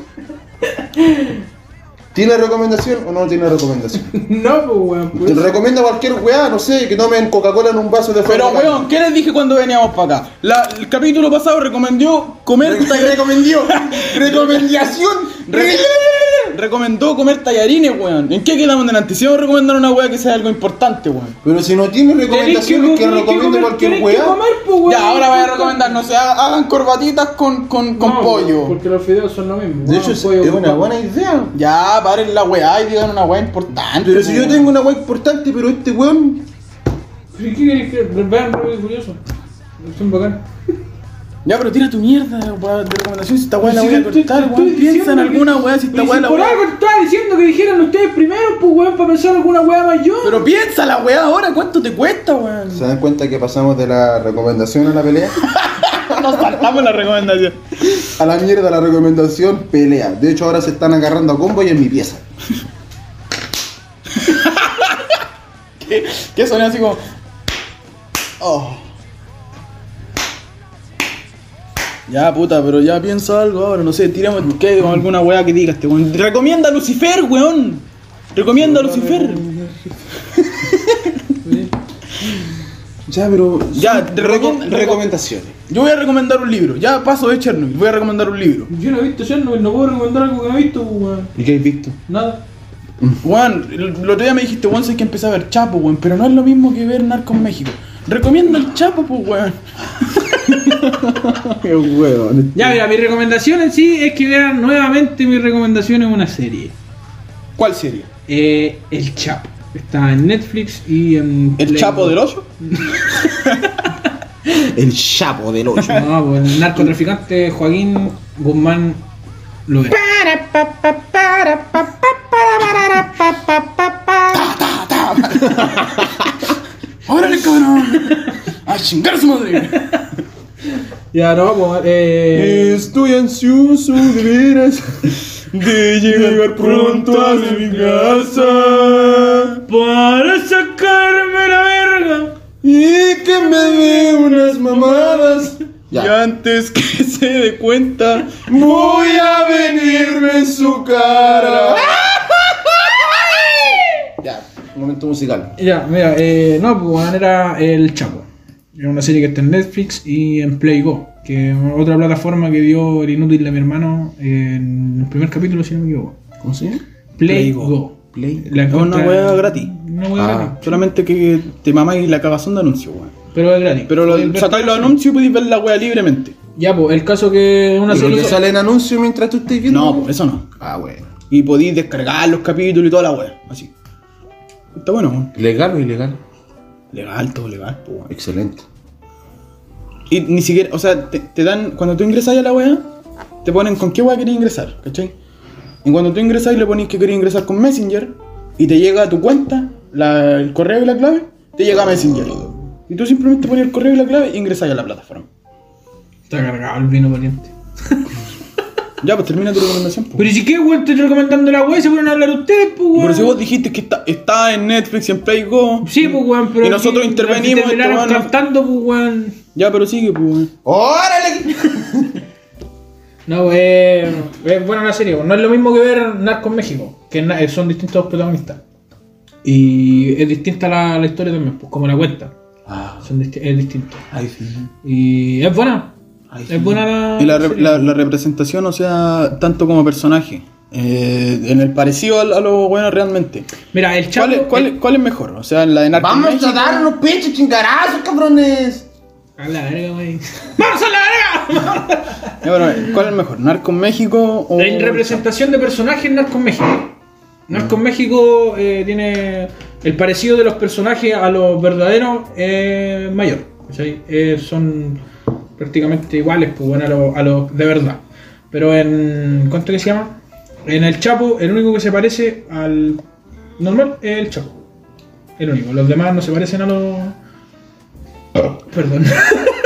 ¿Tiene recomendación o no tiene recomendación? No, pues, weón. pues. Te recomienda cualquier weá, no sé, que tomen Coca-Cola en un vaso de Pero Fernet. weón, ¿qué les dije cuando veníamos para acá? La- el capítulo pasado recomendó comer (laughs) Re- tallarines. recomendió. Recomendación. (laughs) Re- recomendó comer tallarines, weón. ¿En qué quedamos delante? Si vamos a recomendar una weá que sea algo importante, weón. Pero si no tiene Tenéis recomendaciones que, tenéis recomiende comer- cualquier tenéis que weá. comer, pues, weón. Ya, ahora voy a recomendar, no sé, ha- hagan corbatitas con, con, con No, pollo. Porque los fideos son lo mismo. De hecho, weón, es pollo es con una papa. buena idea. Ya, paren la weá y digan una weá importante. Pero si yo weón. tengo una weá importante, pero este weón. ¿Y qué querés que vean Rápido y Furioso? Son bacán. Ya, pero tira tu mierda weá, de recomendación si esta weá la Si voy a te- te- cortar, te weón. estoy Piensa en diciendo alguna que- weá si esta Pero weá si la Por weá. algo estaba diciendo que dijeran ustedes primero, pues, weón, para pensar alguna weá mayor. Pero piensa la weá ahora, ¿cuánto te cuesta, weón? ¿Se dan cuenta que pasamos de la recomendación a la pelea? (laughs) Nos saltamos la recomendación. A la mierda la recomendación, pelea. De hecho, ahora se están agarrando a combo y en mi pieza. Que, que soné así como. Oh. Ya, puta, pero ya pienso algo ahora, no sé, tiramos ¿qué? Con alguna weá que digas, este weón. Recomienda a Lucifer, weón. Recomienda a Lucifer. Ya, pero. Ya, te recom- recomendaciones. Yo voy a recomendar un libro, ya paso de Chernobyl, voy a recomendar un libro. Yo no he visto Chernobyl, no puedo recomendar algo que no he visto, pues, weón. ¿Y qué has visto? Nada. Juan, el el otro día me dijiste, Juan, sé que empecé a ver Chapo, weón, pero no es lo mismo que ver Narcos México. Recomienda el Chapo, pues, weón. (laughs) Qué weón. Ya, mira, mi recomendación en sí es que vean nuevamente mi recomendación en una serie. ¿Cuál serie? Eh, el Chapo. Está en Netflix y en. ¿El Play- Chapo del Hoyo? (laughs) El chapo del 8. No, pues el narcotraficante Joaquín Guzmán López. Para pa pa para pa pa para para pa pa pa pa. ¡Órale, (laughs) cabrón! ¡A chingar a su madre! Ya, no, pues. Eh, Estoy ansioso de veras de llegar pronto a mi casa Para sacarme la verga. y que me dé unas mamadas. Y antes que (laughs) se dé cuenta, Voy a venirme en su cara. Ya, momento musical. Ya, mira, eh, no, pues bueno, era El Chapo. Era una serie que está en Netflix y en Play Go, que es otra plataforma que dio el inútil de mi hermano en el primer capítulo, si no me equivoco. ¿Cómo se llama? Play, Play Go. Go. Play. La Es una encuentra- wea gratis. Una wea Ah. gratis. Solamente que te mamáis la cagazón de anuncios, weón. Pero es gratis. Pero Podéis lo, ver- sacáis los anuncios y podéis ver la wea libremente. Ya, pues, el caso que una ¿Pero serie. te salen anuncios mientras tú estés viendo? No, pues, eso no. Ah, bueno. Y podéis descargar los capítulos y toda la wea, así. Está bueno, weón. ¿Legal o ilegal? Legal, todo legal, po, weón. Excelente. Y ni siquiera, o sea, te, te dan, cuando tú ingresas a la wea, te ponen con qué wea querés ingresar, ¿cachai? Y cuando tú ingresas le pones que querés ingresar con Messenger, y te llega a tu cuenta, la- el correo y la clave, te llega a Messenger. Y tú simplemente pones el correo y la clave e ingresas a la plataforma. Está cargado el vino pariente. Pues. Ya, pues termina tu recomendación, po. Pero ¿y si qué, weón, estoy recomendando la wea, se fueron a hablar ustedes, pues, weón. Pero si vos dijiste que está, está en Netflix y en Play Go. Sí, pues, weón, pero. Y nosotros si- intervenimos, si terminaron este weón, no- cantando, pues, weón. Ya, pero sigue, pues, weón. ¡Órale! No, eh, es buena la serie. No es lo mismo que ver Narcos México, que na- eh, son distintos protagonistas. Y es distinta la, la historia también, pues como la cuenta. Ah. Son disti- es distinto. Ay, sí. Y es buena. es buena la. Y la, re- serie. la- la representación, o sea, tanto como personaje. eh, en el parecido al- a, lo bueno realmente. Mira, el ¿Cuál chapo. es, cuál, es- cuál es mejor? O sea, la de Narcos Vamos México? a dar unos pinches chingarazos, cabrones. A la verga, wey. (laughs) ¡Vamos a la verga! Ya, pero, ¿Cuál es mejor? ¿Narcos México o.? En representación de personajes en Narcos México. Narcos México eh, tiene el parecido de los personajes a los verdaderos eh, mayor. ¿cachai? Eh, son prácticamente iguales pues, bueno, a los a los de verdad. Pero en. ¿Cuánto que se llama? En el Chapo, el único que se parece al normal es el Chapo. El único. Los demás no se parecen a los. Perdón.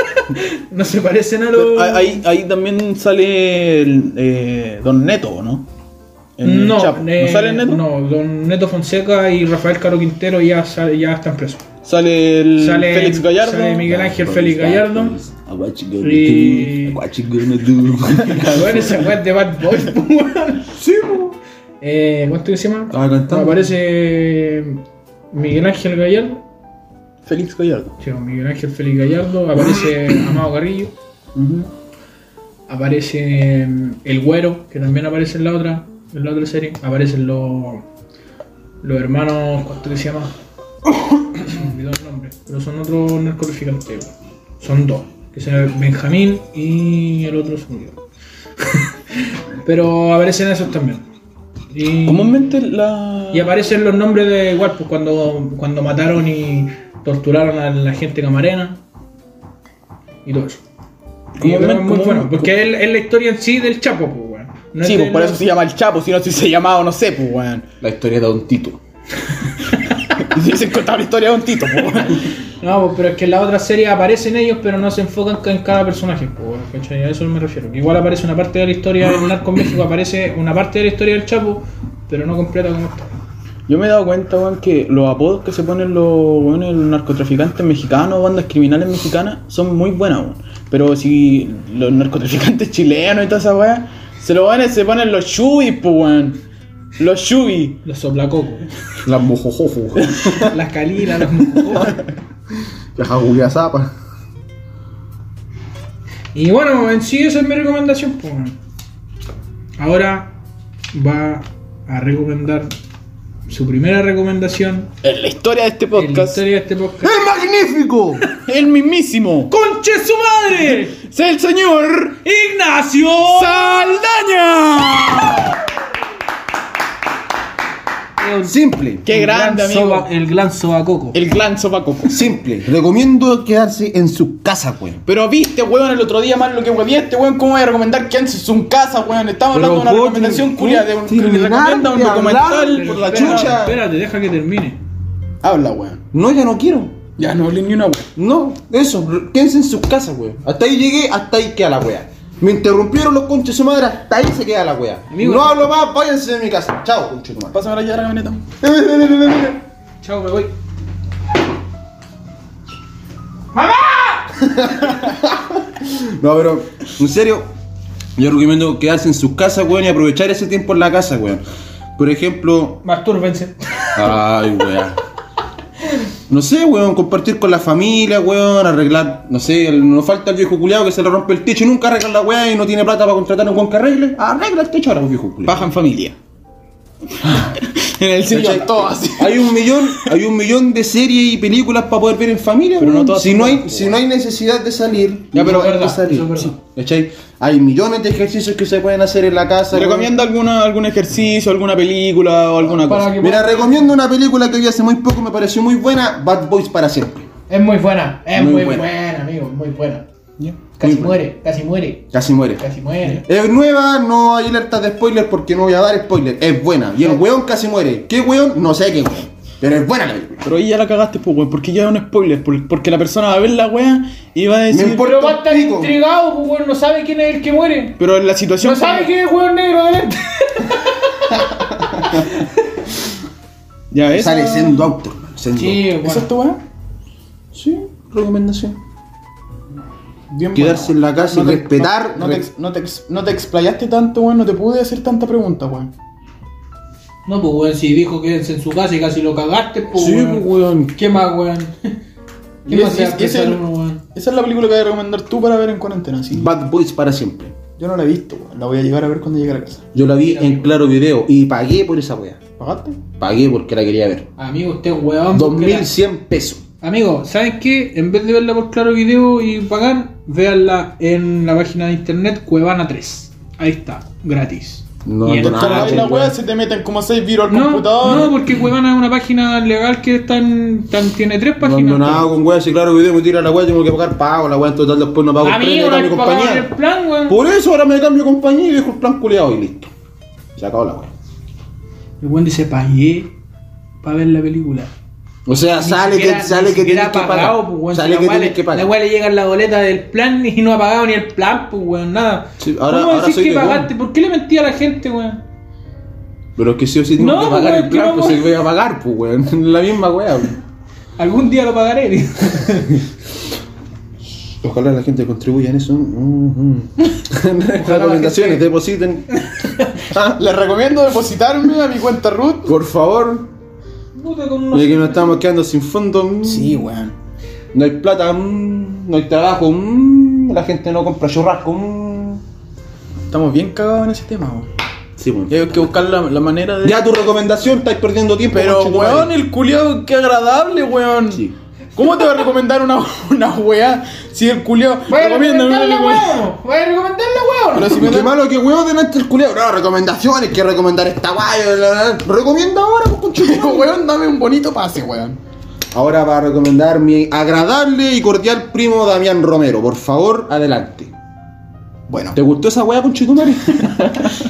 (laughs) no se parecen a los. Pero Ahí, ahí también sale el, eh, Don Neto, ¿no? En el No, Chapo. ¿No eh, sale el Neto? No, don Neto Fonseca y Rafael Caro Quintero ya, sa- ya están presos. Sale el Sale- Félix Gallardo. sale Miguel Ángel Félix Gallardo. (laughs) Y- What you gonna do? (laughs) Bueno, esa weá es de Bad Boys, po, weón. Eh, ¿Cuánto que se llama? Estaba cantando. Aparece Miguel Ángel Gallardo. Félix Gallardo. Sí, Miguel Ángel Félix Gallardo. Aparece Amado Carrillo. Aparece mm, El Güero, que también aparece en la otra, en la otra serie. Aparecen los, los hermanos, ¿cuánto que se llama? (coughs) se me olvidó el nombre, pero son otros narcotraficantes. weón. Son dos, que son Benjamín y el otro se me olvidó. (laughs) pero aparecen esos también. Y, Comúnmente la. y aparecen los nombres de igual, pues cuando, cuando mataron y torturaron a la gente camarena y todo eso. Y Comúnmente- es muy bueno, comúnmente- porque es, es la historia en sí del Chapo, pues, weón. No es sí, pues del- por eso se llama el Chapo, si no si se llamaba, no sé, pues weón. La historia de Don Tito. Y (laughs) si se contaba la historia de un tito, pues weón. No, pues, pero es que en la otra serie aparecen ellos, pero no se enfocan en cada personaje, pues, weón, ¿cachai? A eso me refiero. Que igual aparece una parte de la historia del Narco en México, aparece una parte de la historia del Chapo, pero no completa como está. Yo me he dado cuenta, weón, que los apodos que se ponen los weones, los narcotraficantes mexicanos, bandas criminales mexicanas, son muy buenas, weón. Pero si los narcotraficantes (laughs) chilenos y toda esa weá, se los weones se ponen los chubis, pues weón. Los chubis. Los soplacocos, La mojojojo. (laughs) las calilas, los mococos. La jagulia zapa. Y bueno, en sí esa es mi recomendación. pues, bueno. Ahora va a recomendar su primera recomendación En la historia de este en la podcast, historia de este podcast. ¡Es magnífico! el mismísimo. ¡Conche su madre! Es el señor ¡Ignacio! Saldaña. Simple. Qué grande, amigo. el gran sobacoco. El clan Sopacoco. Simple. Recomiendo quedarse en su casa, weón. Pero viste, weón, el otro día más lo que hueviaste, weón, ¿cómo voy a recomendar que antes es un casa, weón? Estamos hablando de una Pero, recomendación coño, culia, de un, que le terminaste recomienda un de documental hablar, por la espérate, chucha. Espérate, deja que termine. Habla, weón. No, ya no quiero. Ya no hablé ni una weón. No, eso, r- quédense en sus casas, weón. Hasta ahí llegué, hasta ahí queda la weá. Me interrumpieron los conches de su madre, hasta ahí se queda la weá. Amigo. no hablo más, váyanse de mi casa. Chao, conches de su madre. Pásame la llave, camioneta. Chao, me voy. No, pero, en serio, yo recomiendo quedarse en sus casas, weón, y aprovechar ese tiempo en la casa, weón. Por ejemplo, Mastúrbense. Ay, weón. No sé, weón, compartir con la familia, weón, arreglar, no sé, el- nos falta el viejo culiado que se le rompe el techo y nunca arregla la weá y no tiene plata para contratar a un weón que arregle. Arregla el techo ahora, un viejo culiado. Baja en familia. (laughs) en el sillón, ¿Cachai? todo así. Hay un millón, hay un millón de series y películas para poder ver en familia, Pero no weón. todas si son no hay, buenas, si no hay necesidad de salir, Ya, pero no hay verdad, que salir. eso es verdad. Sí, ¿cachai? Hay millones de ejercicios que se pueden hacer en la casa. ¿Te weón. recomienda alguna, algún ejercicio, alguna película o alguna Para cosa? que- Mira, recomiendo una película que vi hace muy poco, me pareció muy buena, Bad Boys para siempre. Es muy buena, es Muy muy, buena. buena. amigo, muy buena. Ya. Casi buena. muere, casi muere, Casi muere. casi muere. Es nueva, no hay alertas de spoiler porque no voy a dar spoiler. Es buena. Y el weón casi muere. ¿Qué weón? No sé qué weón. Pero es buena la película. Pero ahí ya la cagaste, pues, weón, porque ya es un spoiler, por- porque la persona va a ver la weá y va a decir. Me importa Pero va a estar un pico. intrigado, pues, weón, no sabe quién es el que muere. Pero en la situación. No sabe quién es el weón negro de (laughs) lente. Ya ves. Sale siendo auto. Sendo. Sí, ¿Esa es bueno. tu weá? Sí, recomendación. Bien Quedarse bueno. en la casa y respetar- No, no te, ex- no te ex- no te explayaste tanto, weón. No te pude hacer tanta pregunta, weón. No, pues weón, si dijo quédense en su casa y casi lo cagaste, pues weón. weón. (laughs) ¿Qué más, weón? ¿Qué Y más es- se va es- a pensar es el- uno, weón? Esa es la película que voy a recomendar tú para ver en cuarentena, sí. Bad Boys para siempre. Yo no la he visto, weón. La voy a llegar a ver cuando llegue a la casa. Yo la vi en claro video y pagué por esa weá. ¿Pagaste? Pagué porque la quería ver. Amigo, usted es weón. porque la- 2100 pesos. Amigo, ¿sabes qué? En vez de verla por Claro Video y pagar, véanla en la página de internet Cuevana 3. Ahí está, gratis. No, Y en no, Ah, Cuando nada, ves che, la weón. weá se te meten como seis virus al No, computador. no, porque Cuevana es una página legal que tan, tan- tiene tres No, páginas. no, nada con weá, si claro video me tira la weá, tengo que pagar pago, la weá en total después no pago el premio, Amigo, no pago hay mi que pagar el plan, weón. Por eso ahora me cambio de compañía y dejo el plan culeado y listo. Se acabó la weá. El weón dice, pagué para ver la película. O sea, Ni sale siquiera- que, sale ni que tienes siquiera que ha pagar. pagado, pues, weón. Si sale la que weá tienes le- que La pagar. weá le llega la boleta del plan y no ha pagado ni el plan, pues, weón, nada. Sí, ahora- ¿Cómo ahora decís soy que de weón. pagaste? ¿Por qué le mentí a la gente, weón? Pero es que sí o sí tengo No, que pagar weón, el plan, que no, pues se weón. voy a pagar, pues weón. (laughs) La misma weá. pues. weón. Algún día lo pagaré. (laughs) digo. Ojalá la gente contribuya en eso. Mm, mm. (laughs) (laughs) gente- Recomendaciones, depositen. Ah, Les recomiendo depositarme a mi cuenta root. Por favor, Puta con unos. ya que nos estamos quedando sin fondo. mm, Sí, weón. No hay plata, mm, no hay trabajo, mm, la gente no compra churrasco. mm. Estamos bien cagados en ese tema, weón. Sí, Y hay que buscar la, la manera de. Ya pues, tu recomendación, estáis perdiendo tiempo. Pero, conchetumare. weón, el culiao, qué agradable, weón. Sí. ¿Cómo te va a recomendar una, (laughs) una weá si el culiao recomienda una weá? Voy a recomendarle, weón. Pero si me Qué da... malo que weón delante el culiao. No, recomendaciones, que recomendar esta guay. la, la. Recomienda ahora, pues, conchetumare. Weón, dame un bonito pase, weón. (laughs) Ahora va a recomendar mi agradable y cordial primo Damián Romero. Por favor, adelante. Bueno, ¿Te gustó esa weá, (laughs) conchetumare?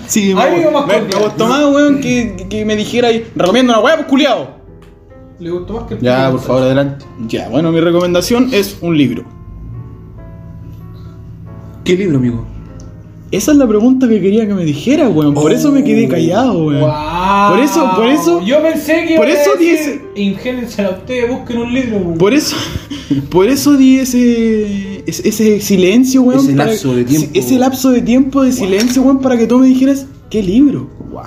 sí, Ahí me, vamos me, con- me gustó más, weón, que, que- que me dijera ahí, recomiendo una weá, pues culiao. Le gustó más que el ya, tuyo. por favor, adelante. Ya, bueno, mi recomendación es un libro. ¿Qué libro, amigo? Esa es la pregunta que quería que me dijera, weón. Por eso me Oh. quedé Ah, callado, weón. Guau. Por eso, por eso. Yo pensé que. por iba a eso decir, "Ingénensela ustedes, busquen un libro, weón. Por eso, (laughs) por eso di ese, ese, ese silencio, weón. Ese lapso de tiempo. Ese lapso de tiempo de silencio, weón, para que tú me dijeras, ¿qué libro? Wow.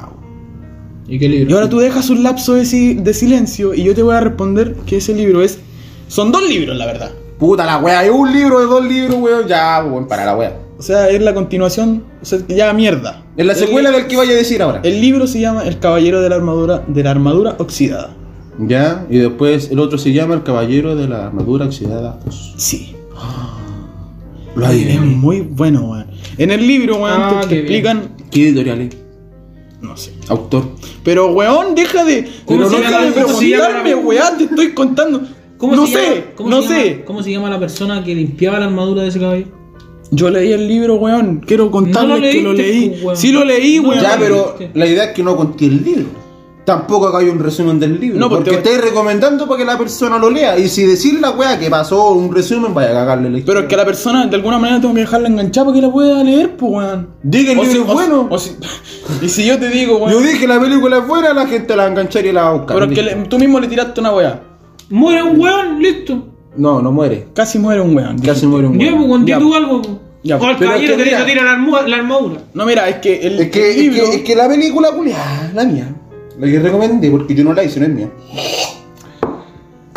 ¿Y qué libro? Y ahora tú dejas un lapso de, si- de silencio y yo te voy a responder que ese libro es... Son dos libros, la verdad. Puta la weá, es un libro de dos libros, weón. Ya, weón, para la weá. O sea, es la continuación, o sea, ya mierda. Es la El- secuela del que vaya a decir ahora. El libro se llama El Caballero de la Armadura, de la armadura Oxidada. Ya, y después el otro se llama El Caballero de la Armadura Oxidada. Pues, Sí. lo Es adiviné. muy bueno, weón. En el libro, weón, Ah, te- te, qué bien. explican... ¿Qué editorial es? No sé. Autor. Pero weón, deja de. ¿Cómo Pero se deja llama? de ¿Cómo se llama la preguntarme, pregunta? weón, te estoy contando. ¿Cómo no se sé, llama- cómo no se sé. llama- ¿Cómo se llama la persona que limpiaba la armadura de ese caballo? Yo leí el libro, weón. Quiero contarles que lo leíste, leí. pues, weón. Sí lo leí, No, weón. Ya, lo pero leíste. la idea es que no contiene el libro. Tampoco acá hay un resumen del libro. No, pues porque te voy- estáis recomendando para que la persona lo lea. Y si decir la weá que pasó un resumen, vaya a cagarle la Pero es que a la persona, de alguna manera, tengo que dejarla enganchada para que la pueda leer, pues, weón. Diga el O libro si- es o- bueno. o si- y si yo te digo, Yo weón. dije la película es buena, la gente la va a enganchar y la va a buscar. Pero es que le- tú mismo le tiraste una weá. Muere un weón, listo. No, no muere. Casi muere un weón. Casi muere un Ya, pues, weón. conté Ya, tú algo. pues. Ya, o al pero caballero es que que, mira- le tira la, armu- la armadura. No, mira, es que el, Es que, el es libro. que- es que la película, culiá, la mía. La que recomendé, porque yo no la hice, no es mía.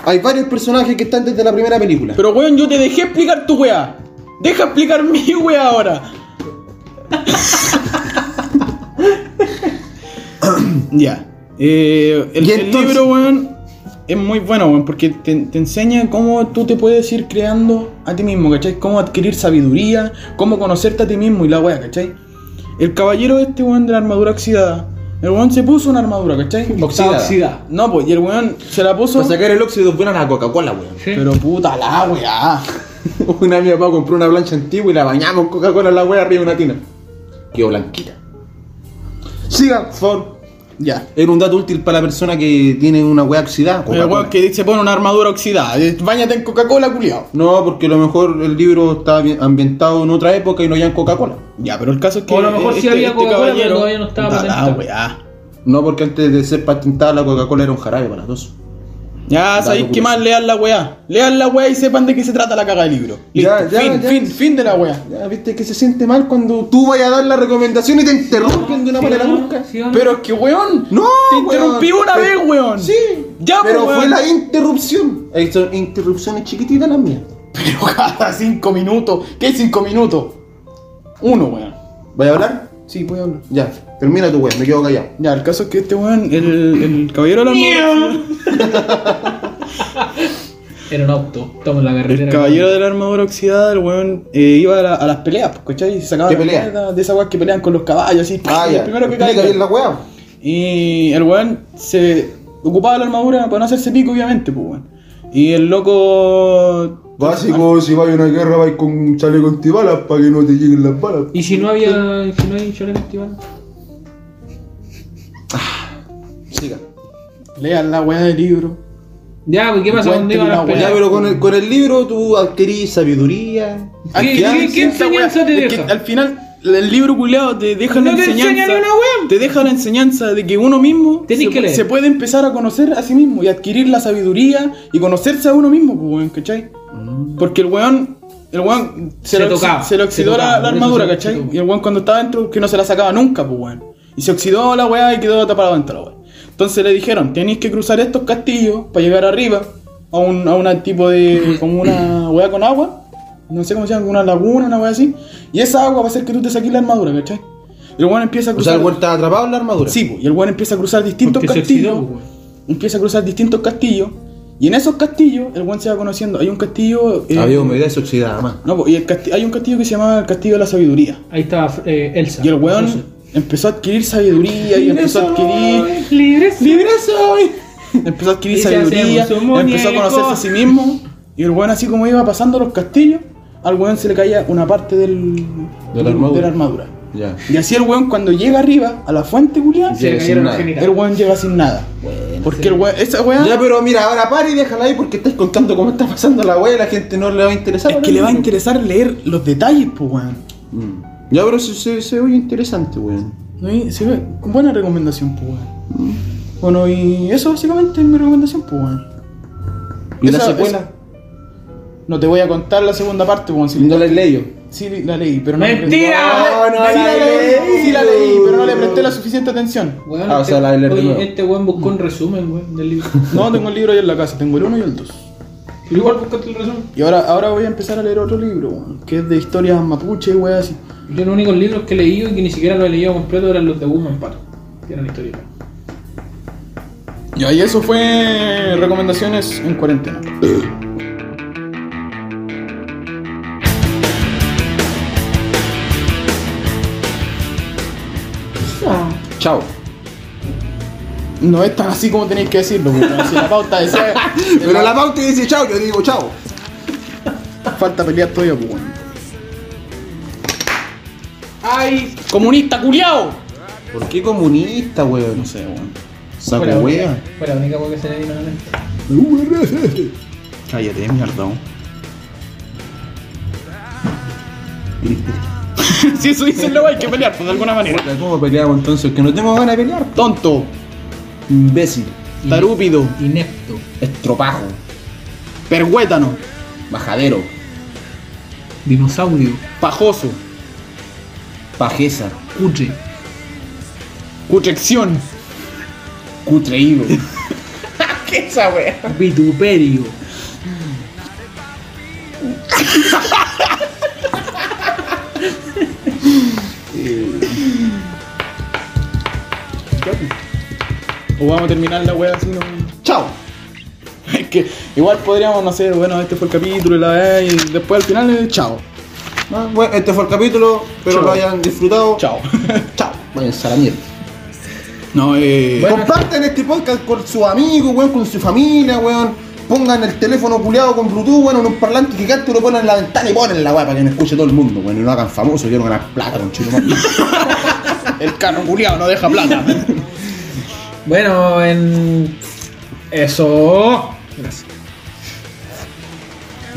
Hay varios personajes que están desde la primera película. Pero weón, yo te dejé explicar tu weá. Deja explicar mi weá (coughs) ahora. ya. Eh, el, ¿Y el entonces? libro, weón, es muy bueno, weón, porque te, te enseña cómo tú te puedes ir creando a ti mismo, ¿cachai? Cómo adquirir sabiduría, cómo conocerte a ti mismo y la weá, ¿cachai? El caballero este, weón, de la armadura oxidada. El weón se puso una armadura, ¿cachai? Oxidada. Oxidada. No, pues, y el weón se la puso. Para sacar el óxido es buena la Coca-Cola, weón. Sí. Pero puta la weá. (laughs) Una mi papá compró una plancha antigua y la bañamos en Coca-Cola la wea arriba de una tina. Quedó blanquita. Siga, por favor. Ya. Era un dato útil para la persona que tiene una wea oxidada. El Coca-Cola. weón que se pone una armadura oxidada. eh, Báñate en Coca-Cola, culiao. No, porque a lo mejor el libro está bien- ambientado en otra época y no ya en Coca-Cola. Ya, pero el caso es que. O a lo mejor sí había Coca-Cola, pero todavía no estaba Puta patentada. la weá. No, porque antes de ser patentada la Coca-Cola era un jarabe para todos. Ya, Dato sabéis qué curioso. más, lean la weá. Lean la weá y sepan de qué se trata la caga de libro. Ya, Listo, ya, fin, ya. fin, fin de la weá. Ya, viste que se siente mal cuando tú vayas a dar la recomendación y te interrumpen de una Sí, manera no, brusca. sí, no. Pero es que weón. No, Te interrumpí weón. una vez, Pero- weón. Sí, Ya, pues, pero weón. fue la interrupción. Eh, Son interrupciones chiquititas las mías. Pero cada cinco minutos. ¿Qué cinco minutos? Uno, weón. ¿Vas a hablar? Sí, voy a hablar. Ya, termina tu weón, me quedo callado. (laughs) Ya, el caso es que este weón, el, el caballero de la armadura. Era un auto. Estamos en la carretera. El caballero de la armadura oxidada, el weón, eh, iba a, la- a las peleas, pues, ¿cachai? Y se sacaba ¿Qué la pelea? mierda de esas weas que pelean con los caballos, así. Ah, ¡pum! ya. El primero que Explica caiga. bien la weá. Y el weón se ocupaba la armadura para no hacerse pico, obviamente, pues, weón. Y el loco. Básico, si vas a una guerra, vais con chaleco antibalas para que no te lleguen las balas. Y si no había. Si no hay choreo festival. Siga. Lean la wea del libro. Ya, pues, ¿qué pasa cuando Encuentren iba a la las weá. Ya, peleas? pero con el, con el libro tú adquirís sabiduría. ¿Qué- ya, qué- qué Esta wea- enseñanza te es que deja? al final, el libro culeado te deja la No te enseña enseñanza. ni una wea. Te deja la enseñanza de que uno mismo Tenés se, que leer. se puede empezar a conocer a sí mismo y adquirir la sabiduría y conocerse a uno mismo, pues, weón, ¿cachai? Porque el weón. El weón Se lo- tocaba, Se, le Mm. se oxidó la- tocaba, la, por eso armadura, se- se ¿cachai? tocaba. Y el weón cuando estaba dentro que no se la sacaba nunca, pues weón. Y se oxidó la weá y quedó tapada dentro la weá. Entonces le dijeron, tenéis que cruzar estos castillos para llegar arriba a un a una tipo de. como una weá con agua. No sé cómo se llama, una laguna, una weá así. Y esa agua va a hacer que tú te saques la armadura, ¿cachai? Y el weón empieza a O cruzar. sea, el weón estaba atrapado en la armadura. Sí, po, y el weón empieza a cruzar distintos Porque se castillos. oxidó, po, weón. empieza a cruzar distintos castillos. Y en esos castillos, el weón se va conociendo. Hay un castillo. eh, Había humedad se oxidaba más. no, po, y el casti- hay un castillo que se llama el Castillo de la Sabiduría. Ahí estaba eh, Elsa. Y el weón Entonces, empezó a adquirir sabiduría y empezó a adquirir. Libre ¡Libre soy! Empezó a adquirir Y se hace sabiduría, un muñeco. empezó a conocerse a sí mismo. Y el weón, así como iba pasando los castillos, al weón se le caía una parte del, De la armadura. de la armadura. Ya. Y así el weón, cuando llega arriba a la fuente, Julián, Sí. se le sin cayeron los nada. el genitales. weón llega sin nada. Porque el weón, esa weá. Ya, pero mira, ahora para y déjala ahí porque estáis contando cómo está pasando la weá y la gente no le va a interesar. Es que le va a interesar leer los detalles, pues, weón. Mm. Ya, pero se, se, se oye interesante, weón. ¿No? Y se ve- Buena recomendación, pues, weón. Bueno, y eso básicamente es mi recomendación, pues, weón. ¿Y la Esa- secuela? esa- No te voy a contar la segunda parte, weón. Si No la he leído. Sí, la leí, pero no. ¡Mentira! No, no Sí, la la leí, leí. sí la leí, pero no le presté la suficiente atención. Weón, Ah, o sea, la de leer de oye, nuevo. este weón buscó un resumen, weón, del (laughs) libro. No, tengo el libro ahí en la casa, tengo el 1 y el 2. Pero igual buscaste el resumen. Y ahora, ahora voy a empezar a leer otro libro, weón, que es de historias mapuche, weón, así. Yo los únicos libros que he leído y que ni siquiera los he leído completo eran los de Woman Pato, que eran historias. Ya, y eso fue recomendaciones en cuarentena. Chao. No es tan así como tenéis que decirlo, weón. Si la pauta (laughs) decía. Pero la pauta dice chao, yo digo chao. Falta pelear todavía, pues, weón. ¡Ay! ¡Comunista culiao! ¿Por qué comunista, weón? No sé, weón. Saco Fue la wea. única- Fue la única weón que se le vino a la mente. Cállate, mierda. (laughs) si eso dicen luego hay que pelear, pues de alguna manera. ¿Cómo peleamos entonces? Que no tengo ganas de pelear. Tonto, Imbécil. Mm. tarúpido, Inepto. Estropajo. perhuétano, Majadero. Dinosaurio. pajoso, Pajeza. Cutre. cutrexción. Cutreído. (laughs) ¿Qué esa wea? Vituperio. O vamos a terminar la wea así, no. chao. Es que igual podríamos, no sé, bueno, este fue el capítulo y la wea, y después al final, eh, chao. Ah, bueno, este fue el capítulo. Espero Chao. lo hayan disfrutado. (laughs) Chao. Chao. Váyanse a la mierda. No, eh. Compartan este podcast con sus amigos, weón, con su familia, weón. Pongan el teléfono culeado con Bluetooth, weón, en un parlante gigante, lo ponen en la ventana y ponen la weá para que me escuche todo el mundo, weón. Y no hagan famoso, quiero ganar plata con chino. El carro culiao no deja plata. Bueno, en. Eso. Gracias. (laughs)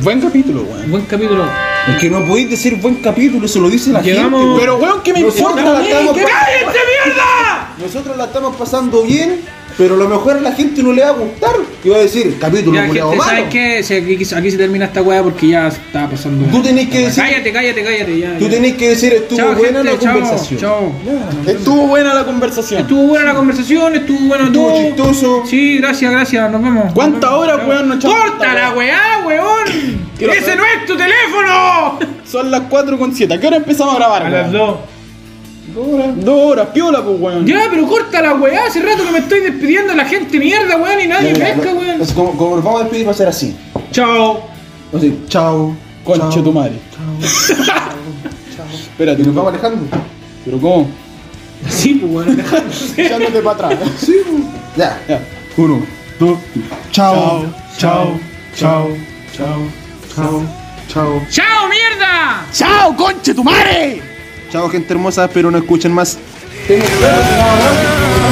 Buen capítulo, weón. Buen capítulo. es que no podéis decir buen capítulo, eso lo dice la Llegamos- gente. weón. Pero weón, ¿qué me Nosotros importa? la estamos ¿Qué- pa- Nosotros la estamos pasando bien, pero a lo mejor a la gente no le va a gustar. Y va a decir, capítulo Ya, culeado gente, malo. ¿sabes qué? Se- aquí, aquí se termina esta weá porque ya está pasando. Tú tenés que decir- Cállate, cállate, cállate. Ya, Tú ya. tenés que decir, estuvo Chao, buena gente, la chao, conversación. Chao. Estuvo buena la conversación. Estuvo buena la conversación, estuvo bueno Estuvo todo. chistoso. Sí, gracias, gracias, nos vemos. ¿Cuántas Nos vemos, horas, chao. weón, no echamos ¡Corta tanta la weá, weón! Quiero ¡Ese saber- no es tu teléfono! Son las 4 con 7. ¿A qué hora empezamos a grabar, weón? dos. Dos horas. Dos horas, piola, pues, weón. Ya, pero corta la weá, hace rato que me estoy despidiendo de la gente, mierda, weón, y nadie Ya, ya, pesca, no- weón. es Como, como nos vamos a despedir, va a ser así. Chao. Así, chao. Concha chao. tu madre. (laughs) Espérate, ¿Y nos vamos alejando? ¿Pero cómo? Sí, pues weón. Echándote para (laughs) atrás. Sí. Ya. Ya. Uno, dos. Chao. Chao. Chao. Chao. Chao. Chao. ¡Chao, mierda! ¡Chao, conche tu madre! Chao, gente hermosa. Espero no escuchen más. Tengo que ver, no, no.